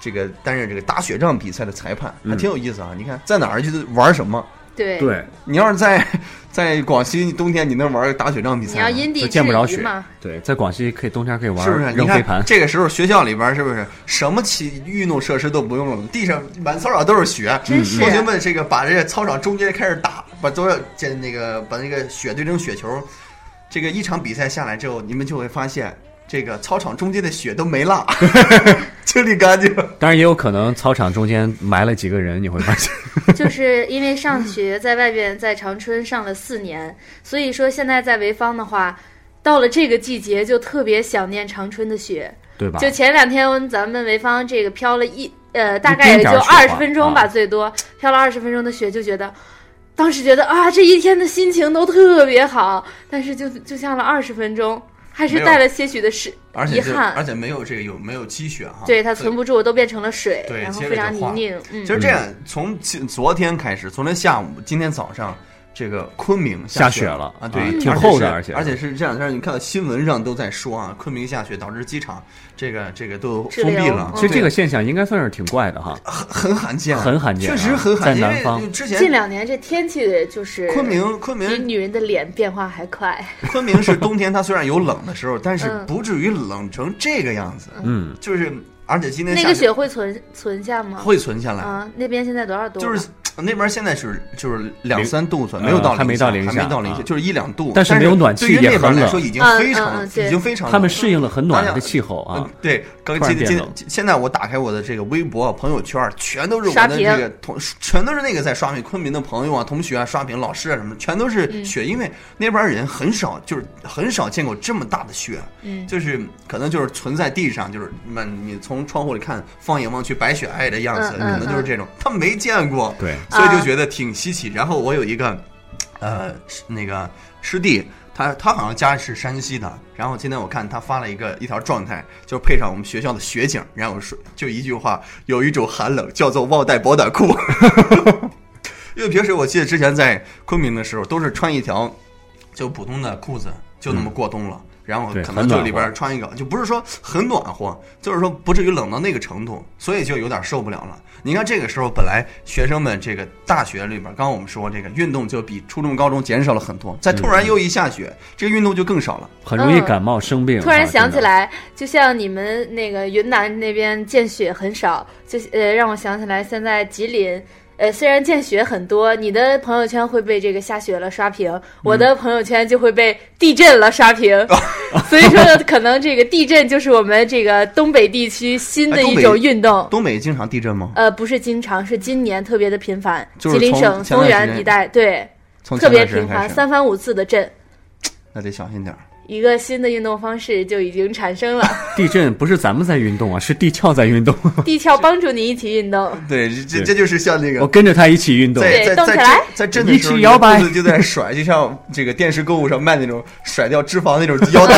[SPEAKER 2] 这个担任这个打雪仗比赛的裁判还挺有意思啊！你看在哪儿就是玩什么，
[SPEAKER 4] 对，
[SPEAKER 3] 对，
[SPEAKER 2] 你要是在在广西冬天，你能玩打雪仗比赛
[SPEAKER 4] 你
[SPEAKER 2] 吗？
[SPEAKER 4] 要因地
[SPEAKER 3] 就
[SPEAKER 4] 制
[SPEAKER 3] 见不着
[SPEAKER 4] 宜
[SPEAKER 3] 雪
[SPEAKER 4] 嘛，。
[SPEAKER 3] 对，在广西可以冬天可以玩，
[SPEAKER 2] 是不是？你
[SPEAKER 3] 扔飞
[SPEAKER 2] 看
[SPEAKER 3] 盘，
[SPEAKER 2] 这个时候学校里边是不是什么体运动设施都不用了？地上满操场都是雪，
[SPEAKER 3] 嗯
[SPEAKER 4] 真是
[SPEAKER 2] 同学们这个把这个操场中间开始打，把都要建那个把那个雪堆成雪球。这个一场比赛下来之后，你们就会发现，这个操场中间的雪都 没落，清理干净。
[SPEAKER 3] 当然也有可能操场中间埋了几个人，你会发现，
[SPEAKER 4] 就是因为上学在外边在长春上了四年，所以说现在在潍坊的话，到了这个季节就特别想念长春的雪。
[SPEAKER 3] 对
[SPEAKER 2] 啊
[SPEAKER 3] 吧？
[SPEAKER 4] 就前两天咱们潍坊这个飘了一呃，大概
[SPEAKER 3] 丁
[SPEAKER 4] 也
[SPEAKER 3] 点
[SPEAKER 4] 就
[SPEAKER 3] 儿雪花
[SPEAKER 4] 二十分钟吧，
[SPEAKER 3] 啊
[SPEAKER 4] 最多飘了二十分钟的雪，就觉得。当时觉得啊，这一天的心情都特别好，但是就就下了二十分钟，还是
[SPEAKER 2] 没有
[SPEAKER 4] 带了些许的失
[SPEAKER 2] 而且
[SPEAKER 4] 遗
[SPEAKER 2] 就
[SPEAKER 4] 憾。
[SPEAKER 2] 而且没有这个有没有积雪哈？
[SPEAKER 4] 对它存不住，都变成了水，
[SPEAKER 2] 啊对
[SPEAKER 4] 然后
[SPEAKER 2] 接着
[SPEAKER 4] 非常
[SPEAKER 2] 就
[SPEAKER 4] 泥
[SPEAKER 2] 化
[SPEAKER 4] 泞。嗯
[SPEAKER 2] 其，实这样，从今昨天开始，从天下午，今天早上，这个昆明
[SPEAKER 3] 下
[SPEAKER 2] 雪
[SPEAKER 3] 雪了
[SPEAKER 2] 啊，
[SPEAKER 3] 啊
[SPEAKER 2] 对，
[SPEAKER 3] 挺厚的
[SPEAKER 2] 而
[SPEAKER 3] 而且
[SPEAKER 2] 且是而且是这两天你看到新闻上都在说啊，昆明下雪导致机场这个这个都
[SPEAKER 4] 滞
[SPEAKER 2] 封闭
[SPEAKER 4] 留嗯
[SPEAKER 2] 了，
[SPEAKER 3] 其实这
[SPEAKER 2] 对啊
[SPEAKER 3] 个现象应该算是挺怪的哈，
[SPEAKER 2] 很罕见，
[SPEAKER 3] 很罕见啊
[SPEAKER 2] 确实很罕见。
[SPEAKER 3] 在南方
[SPEAKER 2] 因为之
[SPEAKER 4] 近
[SPEAKER 2] 前
[SPEAKER 4] 两年这天气就是
[SPEAKER 2] 昆明昆
[SPEAKER 4] 比
[SPEAKER 2] 明
[SPEAKER 4] 女人的脸变化还快。
[SPEAKER 2] 昆明是冬天，它虽然有冷的时候，但是
[SPEAKER 4] 嗯
[SPEAKER 2] 不至于冷成这个样子。
[SPEAKER 3] 嗯，
[SPEAKER 2] 就是而且今天
[SPEAKER 4] 那
[SPEAKER 2] 下
[SPEAKER 4] 个雪会存存下吗？
[SPEAKER 2] 会存下来，
[SPEAKER 4] 啊，那边现在多少度了？
[SPEAKER 2] 就是那边现在是就是两
[SPEAKER 3] 零
[SPEAKER 2] 三度左
[SPEAKER 3] 呃
[SPEAKER 2] 右，没有到零下
[SPEAKER 3] 还没到零
[SPEAKER 2] 还
[SPEAKER 3] 下
[SPEAKER 2] 没到零下，
[SPEAKER 3] 啊
[SPEAKER 2] 就是一两度。
[SPEAKER 3] 但是没有暖气
[SPEAKER 2] 对于
[SPEAKER 3] 也
[SPEAKER 2] 那边
[SPEAKER 3] 很
[SPEAKER 2] 来
[SPEAKER 3] 冷
[SPEAKER 2] 说已经
[SPEAKER 4] 嗯
[SPEAKER 2] 非
[SPEAKER 4] 嗯
[SPEAKER 2] 常
[SPEAKER 4] 嗯对
[SPEAKER 2] 已经非常
[SPEAKER 3] 他们
[SPEAKER 2] 冷
[SPEAKER 3] 适应了很暖和的气候
[SPEAKER 2] 了
[SPEAKER 3] 啊
[SPEAKER 2] 嗯，对，刚
[SPEAKER 3] 突然
[SPEAKER 2] 今
[SPEAKER 3] 变
[SPEAKER 2] 今
[SPEAKER 3] 冷
[SPEAKER 2] 现在我打开我的这个微博啊、朋友圈儿，全都是我
[SPEAKER 4] 刷
[SPEAKER 2] 的
[SPEAKER 4] 屏
[SPEAKER 2] 这个同，全都是那个在刷屏昆明的朋友啊、同学啊、刷屏老师啊什么的，全都
[SPEAKER 4] 嗯
[SPEAKER 2] 是雪，因为那边人很少，就是很少见过这么大的雪，
[SPEAKER 4] 嗯
[SPEAKER 2] 就是可能就是存在地上，就是你们你从窗户里看，放眼望去，白雪皑皑的样子，
[SPEAKER 4] 嗯嗯
[SPEAKER 2] 可能就是这种，他没见过，
[SPEAKER 3] 对
[SPEAKER 2] 所以就
[SPEAKER 4] 啊
[SPEAKER 2] 觉得挺稀奇。然后我有一个，呃，是那个师弟，他他好像家是山西的。然后今天我看他发了一个一条状态，就是配上我们学校的雪景，然后说就一句话，有一种寒冷叫做忘带保暖裤。因为平时我记得之前在昆明的时候，都是穿一条就普通的裤子，就那么过冬了。然后
[SPEAKER 3] 嗯对
[SPEAKER 2] 可
[SPEAKER 3] 很
[SPEAKER 2] 能
[SPEAKER 3] 暖
[SPEAKER 2] 就
[SPEAKER 3] 和
[SPEAKER 2] 里边穿一个，就不是说很暖和，就是说不至于冷到那个程度，所以就有点受不了了。你看这个时候，本来学生们这个大学里边，刚刚我们说这个运动就比初中、高中减少了很多，再突然
[SPEAKER 3] 嗯
[SPEAKER 2] 又一下雪，这个运动就更少了。
[SPEAKER 3] 很容易感冒生病。
[SPEAKER 4] 嗯突然
[SPEAKER 3] 啊
[SPEAKER 4] 想起，
[SPEAKER 3] 真的
[SPEAKER 4] 来，就像你们那个云南那边见雪很少，就呃让我想起来，现在吉林，呃虽然见雪很多，你的朋友圈会被这个下雪了刷屏，我
[SPEAKER 2] 嗯
[SPEAKER 4] 的朋友圈就会被地震了刷 屏，所以说可能这个地震就是我们这个东北地区新的
[SPEAKER 2] 哎东
[SPEAKER 4] 一
[SPEAKER 2] 北
[SPEAKER 4] 种运动。
[SPEAKER 2] 东北经常地震吗？
[SPEAKER 4] 呃，不是经常，是今年特别的频繁。
[SPEAKER 2] 就是
[SPEAKER 4] 吉林
[SPEAKER 2] 从
[SPEAKER 4] 省
[SPEAKER 2] 前
[SPEAKER 4] 松
[SPEAKER 2] 段时
[SPEAKER 4] 原
[SPEAKER 2] 间
[SPEAKER 4] 一带，对，
[SPEAKER 2] 从
[SPEAKER 4] 特
[SPEAKER 2] 前
[SPEAKER 4] 别
[SPEAKER 2] 段时间
[SPEAKER 4] 频
[SPEAKER 2] 开
[SPEAKER 4] 繁，
[SPEAKER 2] 始，
[SPEAKER 4] 三番五次的震。
[SPEAKER 2] 那得小心点儿。
[SPEAKER 4] 一个新的运动方式就已经产生了，
[SPEAKER 3] 地震不是咱们在运动啊，是地壳在运动，
[SPEAKER 4] 地壳帮助你一起运动。
[SPEAKER 2] 对，这这
[SPEAKER 3] 对
[SPEAKER 2] 这就是像那个
[SPEAKER 3] 我跟着他一起运动。
[SPEAKER 2] 在
[SPEAKER 4] 对
[SPEAKER 2] 在
[SPEAKER 4] 动
[SPEAKER 2] 在
[SPEAKER 4] 起
[SPEAKER 2] 震
[SPEAKER 4] 来
[SPEAKER 2] 在震的时候，
[SPEAKER 3] 一起摇摆
[SPEAKER 2] 你的裤子就在甩，就像这个电视购物上卖那种甩掉脂肪那种 腰带。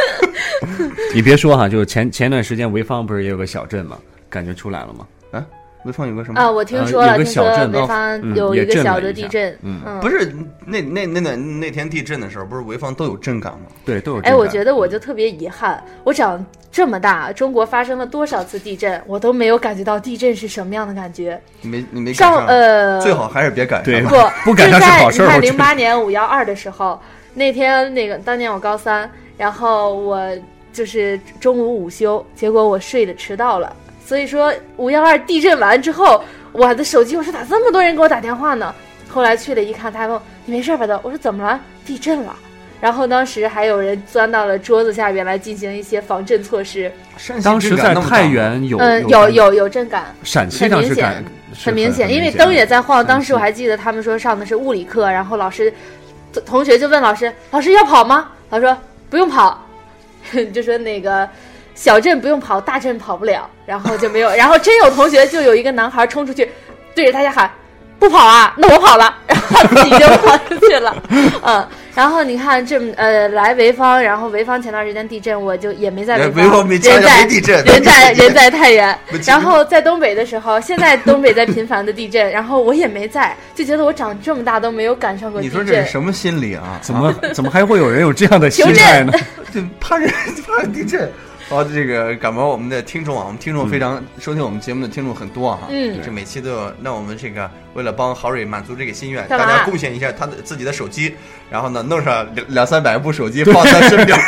[SPEAKER 3] 你别说哈，就是前前段时间潍坊不是也有个小镇嘛，感觉出来了吗？
[SPEAKER 2] 啊，潍坊有个什么
[SPEAKER 4] 啊，我听
[SPEAKER 3] 呃
[SPEAKER 4] 说
[SPEAKER 3] 有
[SPEAKER 4] 了，
[SPEAKER 3] 个
[SPEAKER 4] 听
[SPEAKER 3] 小
[SPEAKER 4] 说
[SPEAKER 3] 镇
[SPEAKER 4] 潍
[SPEAKER 3] 哦
[SPEAKER 4] 坊
[SPEAKER 3] 嗯
[SPEAKER 4] 有
[SPEAKER 3] 也
[SPEAKER 4] 一个
[SPEAKER 3] 震
[SPEAKER 4] 小
[SPEAKER 3] 了
[SPEAKER 4] 的
[SPEAKER 3] 一
[SPEAKER 4] 地
[SPEAKER 3] 下
[SPEAKER 4] 震，
[SPEAKER 3] 嗯
[SPEAKER 2] 不是那那那那那天地震的时候，不是潍坊都有震感吗？
[SPEAKER 3] 对，都有震
[SPEAKER 4] 哎，
[SPEAKER 3] 感。
[SPEAKER 4] 我觉得
[SPEAKER 2] 嗯
[SPEAKER 4] 我就特别遗憾，我长这么大，中国发生了多少次地震，我都没有感觉到地震是什么样的感觉。
[SPEAKER 2] 你没你没赶
[SPEAKER 4] 上
[SPEAKER 2] 上，
[SPEAKER 4] 呃，
[SPEAKER 2] 最好还是别赶上
[SPEAKER 3] 对
[SPEAKER 2] 吧。
[SPEAKER 4] 不
[SPEAKER 3] 不赶上
[SPEAKER 4] 就是在
[SPEAKER 3] 好事儿
[SPEAKER 4] 你看
[SPEAKER 3] 我觉
[SPEAKER 4] 零
[SPEAKER 3] 得
[SPEAKER 4] 八年五幺二的时候，那天那个当年我高三，然后我就是中午午休，结果我睡得迟到了，所以说五幺二地震完之后，我的手机我说咋这么多人给我打电话呢？后来去了一看，他问我你没事吧都？我说怎么了？地震了。然后当时还有人钻到了桌子下边来进行一些防震措施，
[SPEAKER 2] 山西
[SPEAKER 3] 当时
[SPEAKER 2] 震感
[SPEAKER 3] 在
[SPEAKER 2] 那么大
[SPEAKER 3] 太原有
[SPEAKER 4] 嗯，有有有震感，
[SPEAKER 3] 陕西当时感是
[SPEAKER 4] 很明显，因为
[SPEAKER 3] 很
[SPEAKER 4] 灯也在晃。当时我
[SPEAKER 3] 很
[SPEAKER 4] 还记得他们说上的是物理课，然后老师 同学就问老师：“老师要跑吗？”他说：“不用跑。”就说那个小镇不用跑，大镇跑不了，然后就没有，然后真有同学就有一个男孩冲出去，对着大家喊。不跑啊，那我跑了， 然后自己就跑出去了，嗯，然后你看这呃来潍坊，然后潍坊前段时间地震，我就也没在
[SPEAKER 2] 潍
[SPEAKER 4] 潍
[SPEAKER 2] 坊
[SPEAKER 4] 坊，
[SPEAKER 2] 没
[SPEAKER 4] 人
[SPEAKER 2] 家
[SPEAKER 4] 在
[SPEAKER 2] 没地震
[SPEAKER 4] 人在人在太原
[SPEAKER 2] 不至于，
[SPEAKER 4] 然后在东北的时候，现在东北在频繁的地震， 然后我也没在，就觉得我长这么大都没有赶上过地
[SPEAKER 2] 你说
[SPEAKER 4] 震，
[SPEAKER 2] 这是什么心理啊？
[SPEAKER 3] 怎 么怎么还会有人有这样的心
[SPEAKER 4] 求证
[SPEAKER 3] 态呢？
[SPEAKER 2] 这怕人 怕地震。好，这个感冒我们的听众啊，我们听众非
[SPEAKER 3] 嗯
[SPEAKER 2] 常、收听我们节目的听众很多啊，
[SPEAKER 4] 嗯
[SPEAKER 2] 这每期都有。那我们这个为了帮郝蕊满足这个心愿，大
[SPEAKER 4] 干嘛
[SPEAKER 2] 家贡献一下他的自己的手机，然后呢弄上两两三百部手机放在 身边，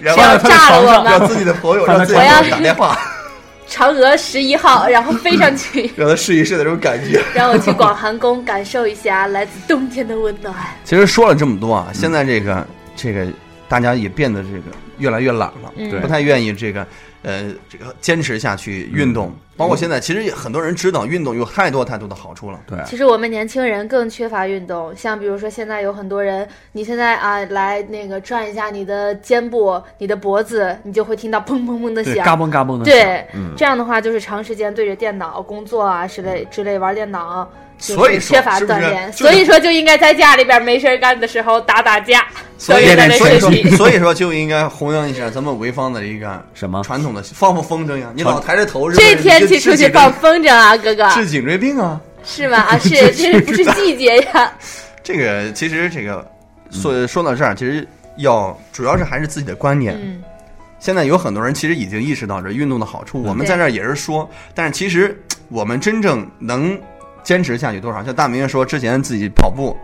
[SPEAKER 2] 然后
[SPEAKER 4] 要
[SPEAKER 2] 让
[SPEAKER 4] 炸了我
[SPEAKER 2] 让
[SPEAKER 4] 们
[SPEAKER 2] 自己的朋友
[SPEAKER 3] 放
[SPEAKER 2] 让
[SPEAKER 3] 在
[SPEAKER 2] 自己的
[SPEAKER 4] 床
[SPEAKER 2] 朋
[SPEAKER 4] 上
[SPEAKER 2] 友打电话，
[SPEAKER 4] 嫦娥十一号，然后飞上去，
[SPEAKER 2] 让他试一试那种感觉。
[SPEAKER 4] 让我去广寒宫感受一下来自冬天的温 暖。
[SPEAKER 2] 其实说了这么多
[SPEAKER 3] 嗯
[SPEAKER 2] 啊，现在这个、这个大家也变得这个越来越懒了，
[SPEAKER 4] 嗯
[SPEAKER 3] 对
[SPEAKER 2] 不太愿意这个呃这个坚持下去运
[SPEAKER 3] 嗯
[SPEAKER 2] 动。包括现在，其实也很多人知道运动有太多太多的好处了。
[SPEAKER 3] 对，啊
[SPEAKER 4] 其实我们年轻人更缺乏运动，像比如说现在有很多人，你现在啊来那个转一下你的肩部、你的脖子，你就会听到砰砰砰的
[SPEAKER 3] 对，嘎
[SPEAKER 4] 响。
[SPEAKER 3] 嘣嘎嘣的，
[SPEAKER 4] 对，
[SPEAKER 2] 嗯
[SPEAKER 4] 这样的话就是长时间对着电脑工作啊之类之类玩电脑，就是
[SPEAKER 2] 所以说
[SPEAKER 4] 缺乏
[SPEAKER 2] 是不
[SPEAKER 4] 锻
[SPEAKER 2] 是
[SPEAKER 4] 炼。
[SPEAKER 2] 就是
[SPEAKER 4] 所以说就应该在家里边没事儿干的时候打打架，
[SPEAKER 2] 所以
[SPEAKER 4] 锻炼锻
[SPEAKER 2] 所以
[SPEAKER 4] 炼身
[SPEAKER 2] 说
[SPEAKER 4] 体。
[SPEAKER 2] 所以说就应该弘扬一下咱们潍坊的一个
[SPEAKER 3] 什么
[SPEAKER 2] 传统的放放风筝呀，你老抬着头，
[SPEAKER 4] 这天气
[SPEAKER 2] 去
[SPEAKER 4] 出去放风筝啊，哥哥
[SPEAKER 2] 治颈椎病啊。
[SPEAKER 4] 是吗？ 啊，是 这是不是季节呀？
[SPEAKER 2] 这个其实这个
[SPEAKER 3] 嗯
[SPEAKER 2] 说说到这儿，其实要主要是还是自己的观念。
[SPEAKER 4] 嗯，
[SPEAKER 2] 现在有很多人其实已经意识到这运动的好处，
[SPEAKER 3] 嗯
[SPEAKER 2] 我们在这儿也是说，但是其实我们真正能坚持下去多少？像大明说之前自己跑步，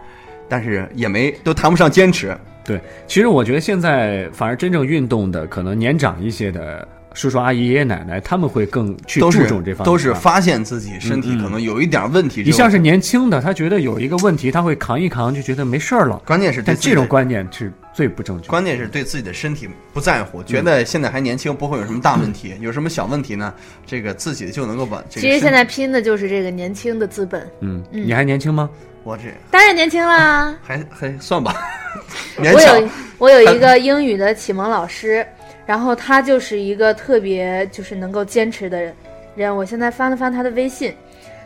[SPEAKER 2] 但是也没都谈不上坚持。
[SPEAKER 3] 对，其实我觉得现在反而真正运动的，可能年长一些的叔叔阿姨、爷爷奶奶，他们会更去
[SPEAKER 2] 都
[SPEAKER 3] 注
[SPEAKER 2] 是
[SPEAKER 3] 重这方面，
[SPEAKER 2] 都是。发现自己身体
[SPEAKER 3] 嗯嗯
[SPEAKER 2] 可能有一点问题之后，
[SPEAKER 3] 你像是年轻的，他觉得有一个问题，他会扛一扛，就觉得没事儿了。
[SPEAKER 2] 关键是对
[SPEAKER 3] 但
[SPEAKER 2] 自己
[SPEAKER 3] 这种观念是最不正确的。
[SPEAKER 2] 关键是对自己的身体不在乎，觉
[SPEAKER 3] 嗯
[SPEAKER 2] 得现在还年轻，不会有什么大问题，有什么小问题呢？这个自己就能够把这个身体。
[SPEAKER 4] 其实现在拼的就是这个年轻的资本，
[SPEAKER 3] 嗯，你还年轻吗？
[SPEAKER 2] 我这
[SPEAKER 4] 当然年轻啦。
[SPEAKER 2] 还还算吧， 勉
[SPEAKER 4] 我
[SPEAKER 2] 强
[SPEAKER 4] 有。我有一个英语的启蒙老师，然后他就是一个特别就是能够坚持的人。我现在翻了翻他的微信，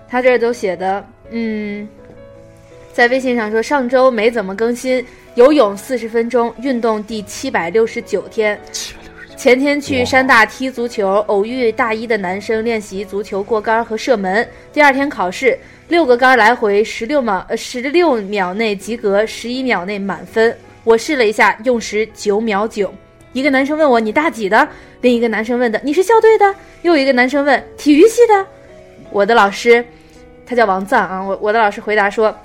[SPEAKER 4] 他这儿都写的，嗯，在微信上说上周没怎么更新，游泳四十分钟，运动第七百六十九天。前天去山大踢足球，偶遇大一的男生练习足球过杆和射门。第二天考试，六个杆来回十六秒，呃，十六秒内及格，十一秒内满分。我试了一下，用时九秒九。一个男生问我你大几的，另一个男生问的你是校队的，又有一个男生问体育系的。我的老师，他叫王赞啊，我我的老师回答说，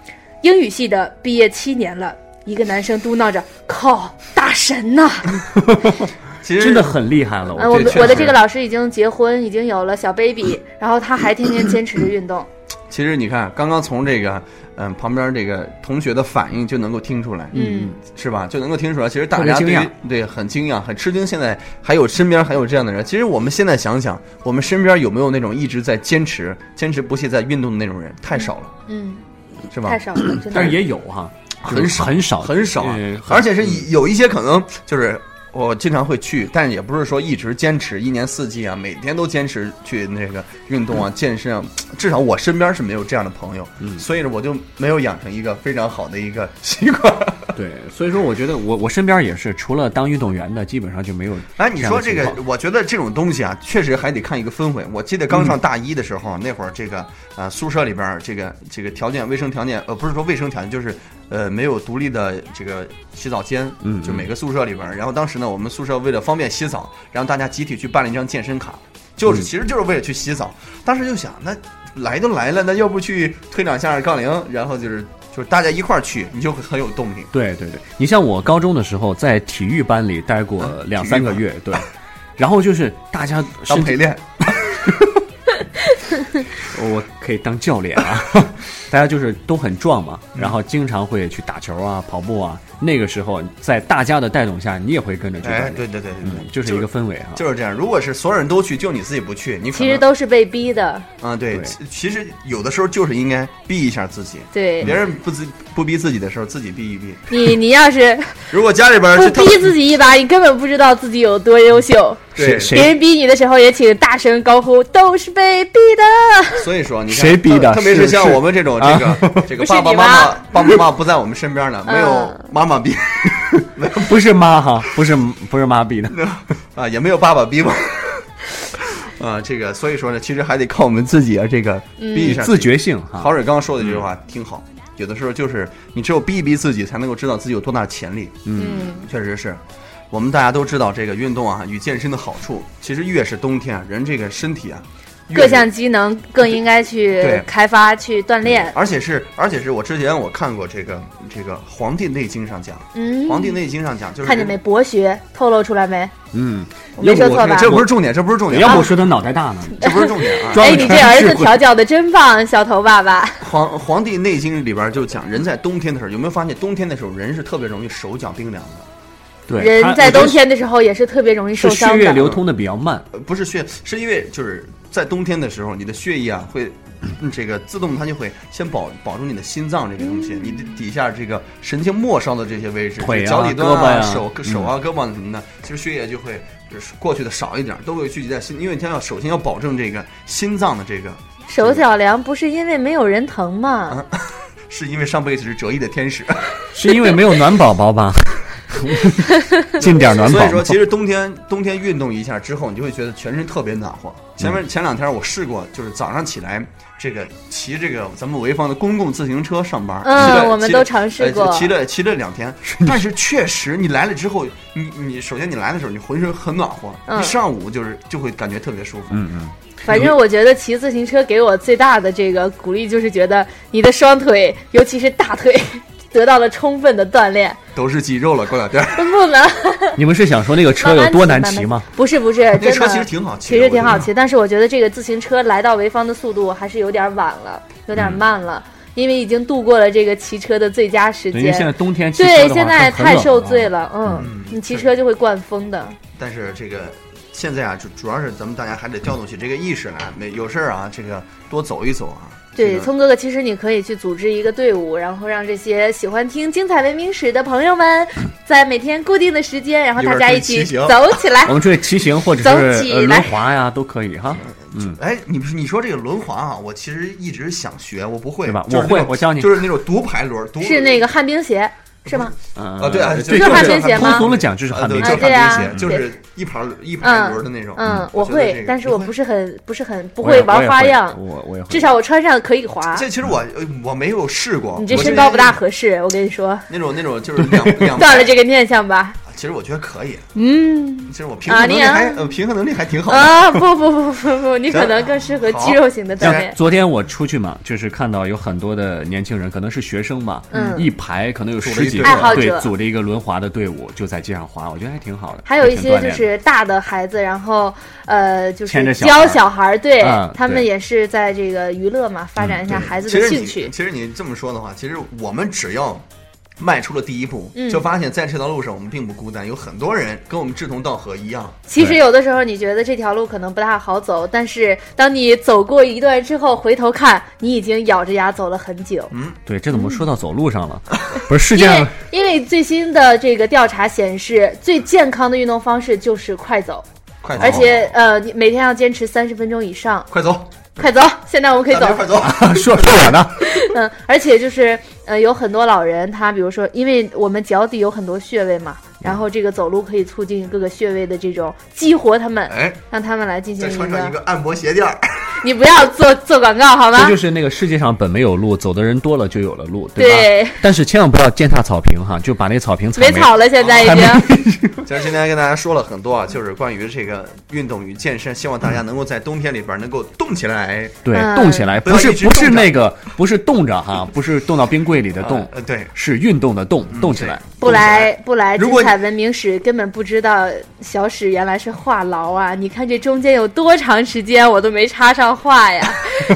[SPEAKER 4] 英语系的毕业七年了。一个男生嘟囔着：“靠，大神呐、
[SPEAKER 2] 其实哎
[SPEAKER 3] 真的很厉害了，
[SPEAKER 4] 嗯，
[SPEAKER 3] 我
[SPEAKER 4] 我
[SPEAKER 2] 对
[SPEAKER 4] 们
[SPEAKER 2] 确
[SPEAKER 4] 我的
[SPEAKER 2] 实
[SPEAKER 4] 这个老师已经结婚，已经有了小 baby，然后他还天天坚持着运动。
[SPEAKER 2] 其实你看，刚刚从这个嗯旁边这个同学的反应就能够听出来，
[SPEAKER 4] 嗯，
[SPEAKER 2] 是吧？就能够听出来，其实大
[SPEAKER 3] 特别
[SPEAKER 2] 家
[SPEAKER 3] 惊
[SPEAKER 2] 对于
[SPEAKER 3] 讶
[SPEAKER 2] 对很惊讶、很吃惊。现在还有身边还有这样的人，其实我们现在想想，我们身边有没有那种一直在坚持、坚持不懈在运动的那种人？太少了，
[SPEAKER 4] 嗯，
[SPEAKER 2] 是吧
[SPEAKER 4] 太？少了，真
[SPEAKER 3] 但是
[SPEAKER 4] 的。
[SPEAKER 3] 也有哈，
[SPEAKER 2] 很
[SPEAKER 3] 就是
[SPEAKER 2] 少
[SPEAKER 3] 很少
[SPEAKER 2] 很少啊
[SPEAKER 3] 呃，
[SPEAKER 2] 而且是以有一些可能就是。我经常会去，但是也不是说一直坚持，一年四季啊，每天都坚持去那个运动啊、健身啊。至少我身边是没有这样的朋友，所以我就没有养成一个非常好的一个习惯。
[SPEAKER 3] 对，所以说我觉得我我身边也是，除了当运动员的，基本上就没有样的情
[SPEAKER 2] 哎，
[SPEAKER 3] 况。
[SPEAKER 2] 你说这个，我觉得这种东西啊，确实还得看一个氛围。我记得刚上大一的时
[SPEAKER 3] 嗯
[SPEAKER 2] 候，那会儿这个呃宿舍里边儿这个这个条件卫生条件呃不是说卫生条件，就是呃没有独立的这个洗澡间，
[SPEAKER 3] 嗯
[SPEAKER 2] 就每个宿舍里边儿。然后当时呢，我们宿舍为了方便洗澡，然后大家集体去办了一张健身卡，
[SPEAKER 3] 嗯
[SPEAKER 2] 就是其实就是为了去洗澡。当时就想，那来都来了，那要不去推两下杠铃，然后就是就是大家一块儿去，你就会很有动力。
[SPEAKER 3] 对对对，你像我高中的时候在体育班里待过
[SPEAKER 2] 啊
[SPEAKER 3] 两三个月，对，然后就是大家
[SPEAKER 2] 当
[SPEAKER 3] 身
[SPEAKER 2] 陪
[SPEAKER 3] 体，
[SPEAKER 2] 练，
[SPEAKER 3] 哦我可以当教练啊， 大家就是都很壮嘛，
[SPEAKER 2] 嗯
[SPEAKER 3] 然后经常会去打球啊、跑步啊。那个时候，在大家的带动下，你也会跟着去锻
[SPEAKER 2] 哎，
[SPEAKER 3] 炼
[SPEAKER 2] 对对对对对，
[SPEAKER 3] 嗯，就是一个氛围哈、
[SPEAKER 2] 就是这样。如果是所有人都去，就你自己不去，你可
[SPEAKER 4] 其实
[SPEAKER 2] 能
[SPEAKER 4] 都是被逼的，
[SPEAKER 2] 啊，对，
[SPEAKER 3] 对
[SPEAKER 2] 其其实有的时候就是应该逼一下自己。
[SPEAKER 4] 对
[SPEAKER 2] 别人不自不逼自己的时候，自己逼一逼。
[SPEAKER 4] 你，你要是
[SPEAKER 2] 如果家里边
[SPEAKER 4] 不
[SPEAKER 2] 是特
[SPEAKER 4] 逼自己一把，你根本不知道自己有多优秀。
[SPEAKER 2] 对，
[SPEAKER 3] 谁
[SPEAKER 4] 别人逼你的时候，也请大声高呼：“都是被逼的。
[SPEAKER 2] 所以说你看
[SPEAKER 3] 谁逼的
[SPEAKER 2] 特特别是
[SPEAKER 3] 是
[SPEAKER 2] 像
[SPEAKER 3] 是啊
[SPEAKER 2] 我们这种这个这个
[SPEAKER 4] 不是
[SPEAKER 2] 爸爸
[SPEAKER 4] 你
[SPEAKER 2] 妈妈
[SPEAKER 4] 妈
[SPEAKER 2] 爸爸妈妈不在我们身边呢，没有
[SPEAKER 4] 嗯
[SPEAKER 2] 妈妈逼
[SPEAKER 3] 不是妈哈，不是不是妈逼的，
[SPEAKER 2] 啊，也没有爸爸逼吧。 啊，这个所以说呢，其实还得靠我们自己啊，这个
[SPEAKER 4] 嗯
[SPEAKER 2] 逼一下
[SPEAKER 3] 自
[SPEAKER 2] 己。
[SPEAKER 3] 觉性啊嗯哈。
[SPEAKER 2] 郝蕊刚刚说的这句话挺好，有的时候就是你只有逼一逼自己，才能够知道自己有多大的潜力。”
[SPEAKER 4] 嗯，
[SPEAKER 2] 确实是，我们大家都知道这个运动啊与健身的好处。其实越是冬天啊，人这个身体啊，越
[SPEAKER 4] 各项机能更应该
[SPEAKER 2] 对
[SPEAKER 4] 去开发、去锻炼。
[SPEAKER 2] 而且是而且是我之前我看过这个这个《黄帝内经》上讲，
[SPEAKER 4] 嗯
[SPEAKER 2] 《黄帝内经》上讲就是
[SPEAKER 4] 看见没？博学透露出来没？
[SPEAKER 3] 嗯，
[SPEAKER 4] 我没说错吧？
[SPEAKER 2] 这不是重点，这不是重点，啊
[SPEAKER 3] 要不我说他脑袋大呢？
[SPEAKER 2] 这 不是重点啊！
[SPEAKER 3] 装
[SPEAKER 4] 哎，
[SPEAKER 3] 的
[SPEAKER 4] 你
[SPEAKER 3] 全
[SPEAKER 4] 这
[SPEAKER 3] 是
[SPEAKER 4] 儿
[SPEAKER 3] 智
[SPEAKER 4] 子
[SPEAKER 3] 慧
[SPEAKER 4] 调教的真棒，小头爸爸。
[SPEAKER 2] 《黄黄帝内经》里边就讲，人在冬天的时候，有没有发现冬天的时候人是特别容易手脚冰凉的？
[SPEAKER 3] 对，他
[SPEAKER 4] 人在
[SPEAKER 3] 我觉得
[SPEAKER 4] 冬天的时候也是特别容易受
[SPEAKER 3] 是血
[SPEAKER 4] 伤
[SPEAKER 3] 液
[SPEAKER 4] 的。
[SPEAKER 3] 流通的比较慢，
[SPEAKER 2] 呃不是血，是因为就是在冬天的时候，你的血液啊会，嗯这个自动它就会先保保住你的心脏这个东西，你的底下这个神经末梢的这些位置，
[SPEAKER 3] 嗯腿啊
[SPEAKER 2] 脚底端
[SPEAKER 3] 胳膊
[SPEAKER 2] 啊、
[SPEAKER 3] 呀嗯
[SPEAKER 2] 手手啊、胳膊啊什么的，其实血液就会就是过去的少一点，都会聚集在心，因为它要首先要保证这个心脏的这个，
[SPEAKER 4] 手脚凉不是因为没有人疼
[SPEAKER 3] 啊
[SPEAKER 4] 吗？
[SPEAKER 2] 是因为上辈子是折翼的天使，
[SPEAKER 3] 是因为没有暖宝宝吧？ 进点暖宝
[SPEAKER 2] 所以
[SPEAKER 3] 宝
[SPEAKER 2] 说，其实冬天冬天运动一下之后，你就会觉得全身特别暖和。前
[SPEAKER 3] 嗯
[SPEAKER 2] 面前两天我试过，就是早上起来这个骑这个咱们潍坊的公共自行车上班，
[SPEAKER 4] 嗯
[SPEAKER 2] 骑了
[SPEAKER 4] 我们
[SPEAKER 2] 骑了
[SPEAKER 4] 都尝试过
[SPEAKER 2] 呃骑了骑了两天，但是确实你来了之后，你你首先你来的时候你浑身很暖和，
[SPEAKER 4] 嗯
[SPEAKER 2] 一上午就是就会感觉特别舒服。
[SPEAKER 3] 嗯嗯，
[SPEAKER 4] 反正我觉得骑自行车给我最大的这个鼓励，就是觉得你的双腿，尤其是大腿， 得到了充分的锻炼。
[SPEAKER 2] 都是肌肉了，过两天
[SPEAKER 4] 不 能
[SPEAKER 3] 你们是想说那个车
[SPEAKER 4] 慢
[SPEAKER 3] 有
[SPEAKER 4] 慢
[SPEAKER 3] 多难
[SPEAKER 4] 慢慢
[SPEAKER 3] 骑吗？
[SPEAKER 4] 不是不是，
[SPEAKER 2] 那个
[SPEAKER 4] 真
[SPEAKER 2] 车
[SPEAKER 4] 的
[SPEAKER 2] 其实挺好骑
[SPEAKER 4] 其
[SPEAKER 2] 的，
[SPEAKER 4] 实挺好
[SPEAKER 3] 嗯
[SPEAKER 2] 我觉得。
[SPEAKER 4] 骑，但是我觉得这个自行车来到潍坊的速度还是有点晚了，有点慢了，因为已经度过了这个骑车的最佳时
[SPEAKER 3] 对，因为
[SPEAKER 4] 间
[SPEAKER 3] 现。在冬天骑车
[SPEAKER 4] 对，
[SPEAKER 3] 的话
[SPEAKER 4] 现在
[SPEAKER 3] 很
[SPEAKER 4] 太
[SPEAKER 3] 冷
[SPEAKER 4] 受
[SPEAKER 3] 啊
[SPEAKER 4] 罪。了，嗯，你骑车就会灌风的。
[SPEAKER 2] 但是这个。现在啊，主主要是咱们大家还得调动起这个意识来，没有事儿啊，这个多走一走啊。这
[SPEAKER 4] 对，
[SPEAKER 2] 个
[SPEAKER 4] 聪哥哥，其实你可以去组织一个队伍，然后让这些喜欢听精彩文明史的朋友们，在每天固定的时间，然后大家一
[SPEAKER 2] 一会儿可以
[SPEAKER 4] 起
[SPEAKER 2] 骑行
[SPEAKER 4] 走起来
[SPEAKER 3] 我。们出去骑行或者
[SPEAKER 4] 走
[SPEAKER 3] 是
[SPEAKER 4] 起
[SPEAKER 3] 呃轮
[SPEAKER 4] 来
[SPEAKER 3] 滑呀都可以哈，
[SPEAKER 2] 哎，你你说这个轮滑啊，我其实一直想学，我不会，
[SPEAKER 3] 对吧
[SPEAKER 2] 就是
[SPEAKER 3] 我会
[SPEAKER 2] 那种
[SPEAKER 3] 我教你
[SPEAKER 2] 就是那种独排轮，独
[SPEAKER 4] 是那个旱冰鞋，是吗？
[SPEAKER 3] 嗯
[SPEAKER 2] 啊，对啊，
[SPEAKER 3] 对，
[SPEAKER 4] 是
[SPEAKER 3] 就
[SPEAKER 4] 旱
[SPEAKER 3] 是
[SPEAKER 4] 冰鞋
[SPEAKER 3] 通
[SPEAKER 4] 吗
[SPEAKER 3] 俗的讲就是旱
[SPEAKER 2] 呃对，
[SPEAKER 3] 冰
[SPEAKER 2] 就
[SPEAKER 3] 鞋
[SPEAKER 2] 是
[SPEAKER 4] 啊，对
[SPEAKER 2] 旱冰鞋，
[SPEAKER 4] 嗯
[SPEAKER 2] 就是一排一排轮的那种。
[SPEAKER 4] 嗯，我
[SPEAKER 2] 觉得这
[SPEAKER 4] 会
[SPEAKER 2] 个，
[SPEAKER 4] 但是我不
[SPEAKER 2] 你
[SPEAKER 4] 是很不是很不
[SPEAKER 3] 我也
[SPEAKER 4] 会玩花样，
[SPEAKER 3] 我我也会
[SPEAKER 4] 至少我穿上可以滑
[SPEAKER 2] 会。这其实我呃我没有试过，
[SPEAKER 4] 你这
[SPEAKER 2] 我
[SPEAKER 4] 身
[SPEAKER 2] 之
[SPEAKER 4] 高
[SPEAKER 2] 前
[SPEAKER 4] 不大合适，我跟你 说，
[SPEAKER 2] 那种那种就是两两
[SPEAKER 4] 断了这
[SPEAKER 2] 个，
[SPEAKER 4] 个念想吧。
[SPEAKER 2] 其实我觉得可以，
[SPEAKER 4] 嗯，
[SPEAKER 2] 其实我平衡能力
[SPEAKER 4] 啊你
[SPEAKER 2] 还
[SPEAKER 4] 啊
[SPEAKER 2] 呃平衡能力还挺好的。
[SPEAKER 4] 啊，不不不不不，你可能更适合肌肉型的锻
[SPEAKER 2] 行
[SPEAKER 4] 炼。
[SPEAKER 3] 昨天我出去嘛，就是看到有很多的年轻人，可能是学生吧，
[SPEAKER 4] 嗯
[SPEAKER 3] 一排可能有
[SPEAKER 2] 组了一
[SPEAKER 3] 十几
[SPEAKER 2] 队
[SPEAKER 3] 个，
[SPEAKER 4] 爱好者
[SPEAKER 3] 对，组了一个轮滑的队伍，就在街上滑，我觉得还挺好的。
[SPEAKER 4] 还有一
[SPEAKER 3] 挺锻
[SPEAKER 4] 些就
[SPEAKER 3] 炼的
[SPEAKER 4] 是大的孩子，然后呃，就
[SPEAKER 3] 牵着小
[SPEAKER 4] 是
[SPEAKER 3] 孩
[SPEAKER 4] 教
[SPEAKER 3] 儿
[SPEAKER 4] 小孩儿，对
[SPEAKER 3] 嗯
[SPEAKER 4] 他们
[SPEAKER 3] 对嗯
[SPEAKER 4] 也是在这个娱乐嘛，发展一下
[SPEAKER 3] 对
[SPEAKER 4] 孩子
[SPEAKER 2] 其
[SPEAKER 4] 的
[SPEAKER 2] 实
[SPEAKER 4] 兴
[SPEAKER 2] 你
[SPEAKER 4] 趣。
[SPEAKER 2] 其实你这么说的话，其实我们只要迈出了第一步，
[SPEAKER 4] 嗯
[SPEAKER 2] 就发现在这条路上我们并不孤单，有很多人跟我们志同道合一样。
[SPEAKER 4] 其实有的时候你觉得这条路可能不大好走，但是当你走过一段之后回头看，你已经咬着牙走了很久。
[SPEAKER 3] 对，这怎
[SPEAKER 4] 嗯
[SPEAKER 3] 么说到走路 上了？不是世界
[SPEAKER 4] 因为
[SPEAKER 3] 上
[SPEAKER 4] 因为最新的这个调查显示，最健康的运动方式就是快走，
[SPEAKER 2] 快
[SPEAKER 3] 哦
[SPEAKER 2] 走，
[SPEAKER 4] 而且呃，你每天要坚持三十分钟以上。
[SPEAKER 2] 快走，
[SPEAKER 4] 快走，现在我们可以
[SPEAKER 2] 大
[SPEAKER 4] 走
[SPEAKER 2] 明。快走。
[SPEAKER 3] 说说我 呢，
[SPEAKER 4] 嗯，而且就是呃，有很多老人，他比如说，因为我们脚底有很多穴位嘛，然后这个走路可以促进各个穴位的这种激活他们，
[SPEAKER 2] 哎，
[SPEAKER 4] 让他们来进行
[SPEAKER 2] 再
[SPEAKER 4] 一
[SPEAKER 2] 穿上一
[SPEAKER 4] 个。
[SPEAKER 2] 个按摩鞋垫儿，
[SPEAKER 4] 你不要做做广告好吗
[SPEAKER 3] 这就？是那个世界上本没有路，走的人多了就有了路，吧？
[SPEAKER 4] 对，
[SPEAKER 3] 但是千万不要践踏草坪哈，就把那草坪踩
[SPEAKER 4] 没草啊了，现在已经。
[SPEAKER 2] 其 实今天跟大家说了很多啊，就是关于这个运动与健身，希望大家能够在冬天里边能够动起来。
[SPEAKER 3] 对，
[SPEAKER 4] 嗯
[SPEAKER 3] 动起来，
[SPEAKER 2] 不要
[SPEAKER 3] 不是
[SPEAKER 2] 一直
[SPEAKER 3] 不是
[SPEAKER 2] 冻着
[SPEAKER 3] 那个，不是冻着哈，不是冻到冰柜里的冻，
[SPEAKER 2] 呃，对，
[SPEAKER 3] 是运动的动，
[SPEAKER 2] 嗯
[SPEAKER 3] 动起来。
[SPEAKER 4] 不来不来，
[SPEAKER 2] 如
[SPEAKER 4] 精
[SPEAKER 2] 果
[SPEAKER 4] 彩文明史根本不知道小史原来是话痨啊！你看这中间有多长时间我都没插上上话 呀，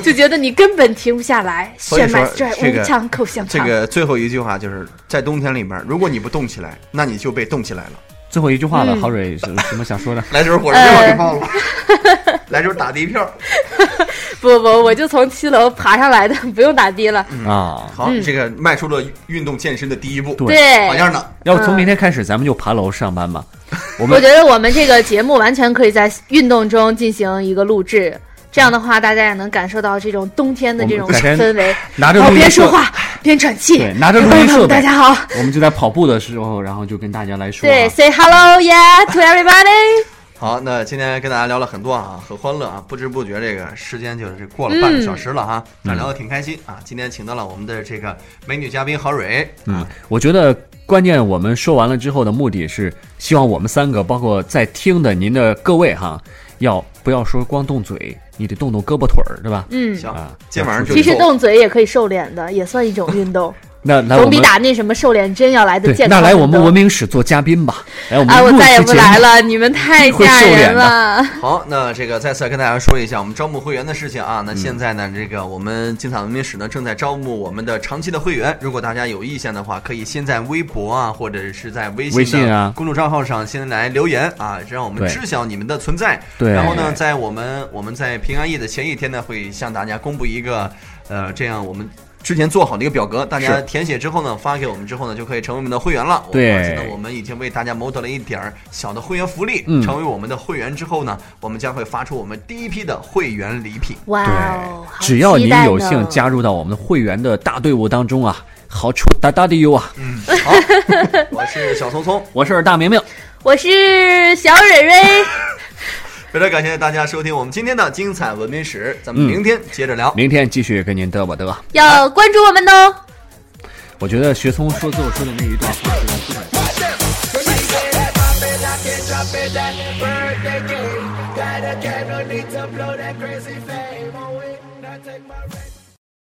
[SPEAKER 4] 就觉得你根本停不下来，
[SPEAKER 2] 所以
[SPEAKER 4] 血
[SPEAKER 2] 说
[SPEAKER 4] 脉拽
[SPEAKER 2] 这
[SPEAKER 4] 无
[SPEAKER 2] 个
[SPEAKER 4] 常口香
[SPEAKER 2] 这
[SPEAKER 4] 糖。
[SPEAKER 2] 个最后一句话就是在冬天里边，如果你不动起来，那你就被冻起来了。
[SPEAKER 3] 最后一句话了，
[SPEAKER 4] 嗯
[SPEAKER 3] 郝蕊什什么想说的？
[SPEAKER 2] 来这火车票给报了，
[SPEAKER 4] 呃
[SPEAKER 2] 来这打地票。
[SPEAKER 4] 不不，我就从七楼爬上来的， 不用打的了。
[SPEAKER 3] 啊，
[SPEAKER 2] 好，这个迈出了运动健身的第一步。
[SPEAKER 3] 对
[SPEAKER 4] 嗯对，
[SPEAKER 2] 好样的，
[SPEAKER 3] 要不从明天开始咱们就爬楼上班吧。我
[SPEAKER 4] 嗯我
[SPEAKER 3] 们
[SPEAKER 4] 觉得我们这个节目完全可以在运动中进行一个录制，这样的话大家也能感受到这种冬天的这种
[SPEAKER 3] 我们改天
[SPEAKER 4] 氛围。
[SPEAKER 3] 拿着
[SPEAKER 4] 然后
[SPEAKER 3] 录音
[SPEAKER 4] 边哦说
[SPEAKER 3] 设，
[SPEAKER 4] 话边喘气，
[SPEAKER 3] 对拿着录音
[SPEAKER 4] 朋友们
[SPEAKER 3] 设备
[SPEAKER 4] 大家好，
[SPEAKER 3] 我们就在跑步的时候，然后就跟大家来说啊。
[SPEAKER 4] 对，say hello yeah to everybody。
[SPEAKER 2] 好，那今天跟大家聊了很多啊，很欢乐啊，不知不觉这个时间就是过了半个小时了哈、
[SPEAKER 3] 嗯
[SPEAKER 2] 那聊的挺开心啊。今天请到了我们的这个美女嘉宾郝蕊，
[SPEAKER 3] 嗯，我觉得关键我们说完了之后的目的是，希望我们三个，包括在听的您的各位哈，要不要说光动嘴，你得动动胳膊腿儿，对吧？
[SPEAKER 4] 嗯，
[SPEAKER 2] 行
[SPEAKER 3] 啊，
[SPEAKER 2] 今晚上就
[SPEAKER 4] 其实
[SPEAKER 2] 走
[SPEAKER 4] 动嘴也可以瘦脸的，也算一种运动，
[SPEAKER 3] 那来我
[SPEAKER 4] 总
[SPEAKER 3] 们
[SPEAKER 4] 比打那什么瘦脸针要来的
[SPEAKER 3] 对，
[SPEAKER 4] 健
[SPEAKER 3] 那
[SPEAKER 4] 康很多。
[SPEAKER 3] 来我们文明史做嘉宾吧，来我们
[SPEAKER 4] 啊，我
[SPEAKER 3] 录一
[SPEAKER 4] 再也
[SPEAKER 3] 期
[SPEAKER 4] 不
[SPEAKER 3] 节目
[SPEAKER 4] 来。了，你们太
[SPEAKER 3] 会
[SPEAKER 4] 吓
[SPEAKER 3] 瘦脸
[SPEAKER 4] 人
[SPEAKER 3] 的
[SPEAKER 4] 了。
[SPEAKER 2] 好，那这个再次跟大家说一下我们招募会员的事情啊。那现在呢，这个我们金彩文明史呢正在招募我们的长期的会员。如果大家有意向的话，可以先在微博啊，或者是在微
[SPEAKER 3] 微
[SPEAKER 2] 信
[SPEAKER 3] 信
[SPEAKER 2] 的
[SPEAKER 3] 啊
[SPEAKER 2] 公众账号上先来留言啊，让我们
[SPEAKER 3] 对
[SPEAKER 2] 知晓你们的存在。
[SPEAKER 3] 对
[SPEAKER 2] 然后呢，在我们我们在平安夜的前一天呢，会向大家公布一个呃，这样我们。之前做好的一个表格，大家
[SPEAKER 3] 是
[SPEAKER 2] 填写之后呢，发给我们之后呢，就可以成为我们的会员了。
[SPEAKER 3] 对
[SPEAKER 2] 而且呢，我们已经为大家谋得了一点儿小的会员福利。
[SPEAKER 3] 嗯
[SPEAKER 2] 成为我们的会员之后呢，我们将会发出我们第一批的会员礼品。
[SPEAKER 4] 哇哦，好
[SPEAKER 3] 对，只要
[SPEAKER 4] 期
[SPEAKER 3] 你
[SPEAKER 4] 待
[SPEAKER 3] 有
[SPEAKER 4] 呢
[SPEAKER 3] 幸加入到我们的会员的大队伍当中啊，好处哒哒的哟啊！
[SPEAKER 2] 好，我是小聪聪，
[SPEAKER 3] 我是大明明，
[SPEAKER 4] 我是小蕊蕊。
[SPEAKER 2] 非常感谢大家收听我们今天的精彩文明史，咱们
[SPEAKER 3] 嗯
[SPEAKER 2] 明天接着聊。
[SPEAKER 3] 明天继续跟您嘚吧嘚。
[SPEAKER 4] 要关注我们哦。
[SPEAKER 3] 我觉得学聪说最后说的那一段话是我不敢。
[SPEAKER 5] Birthday cake, light a candle, need to blow that crazy fat.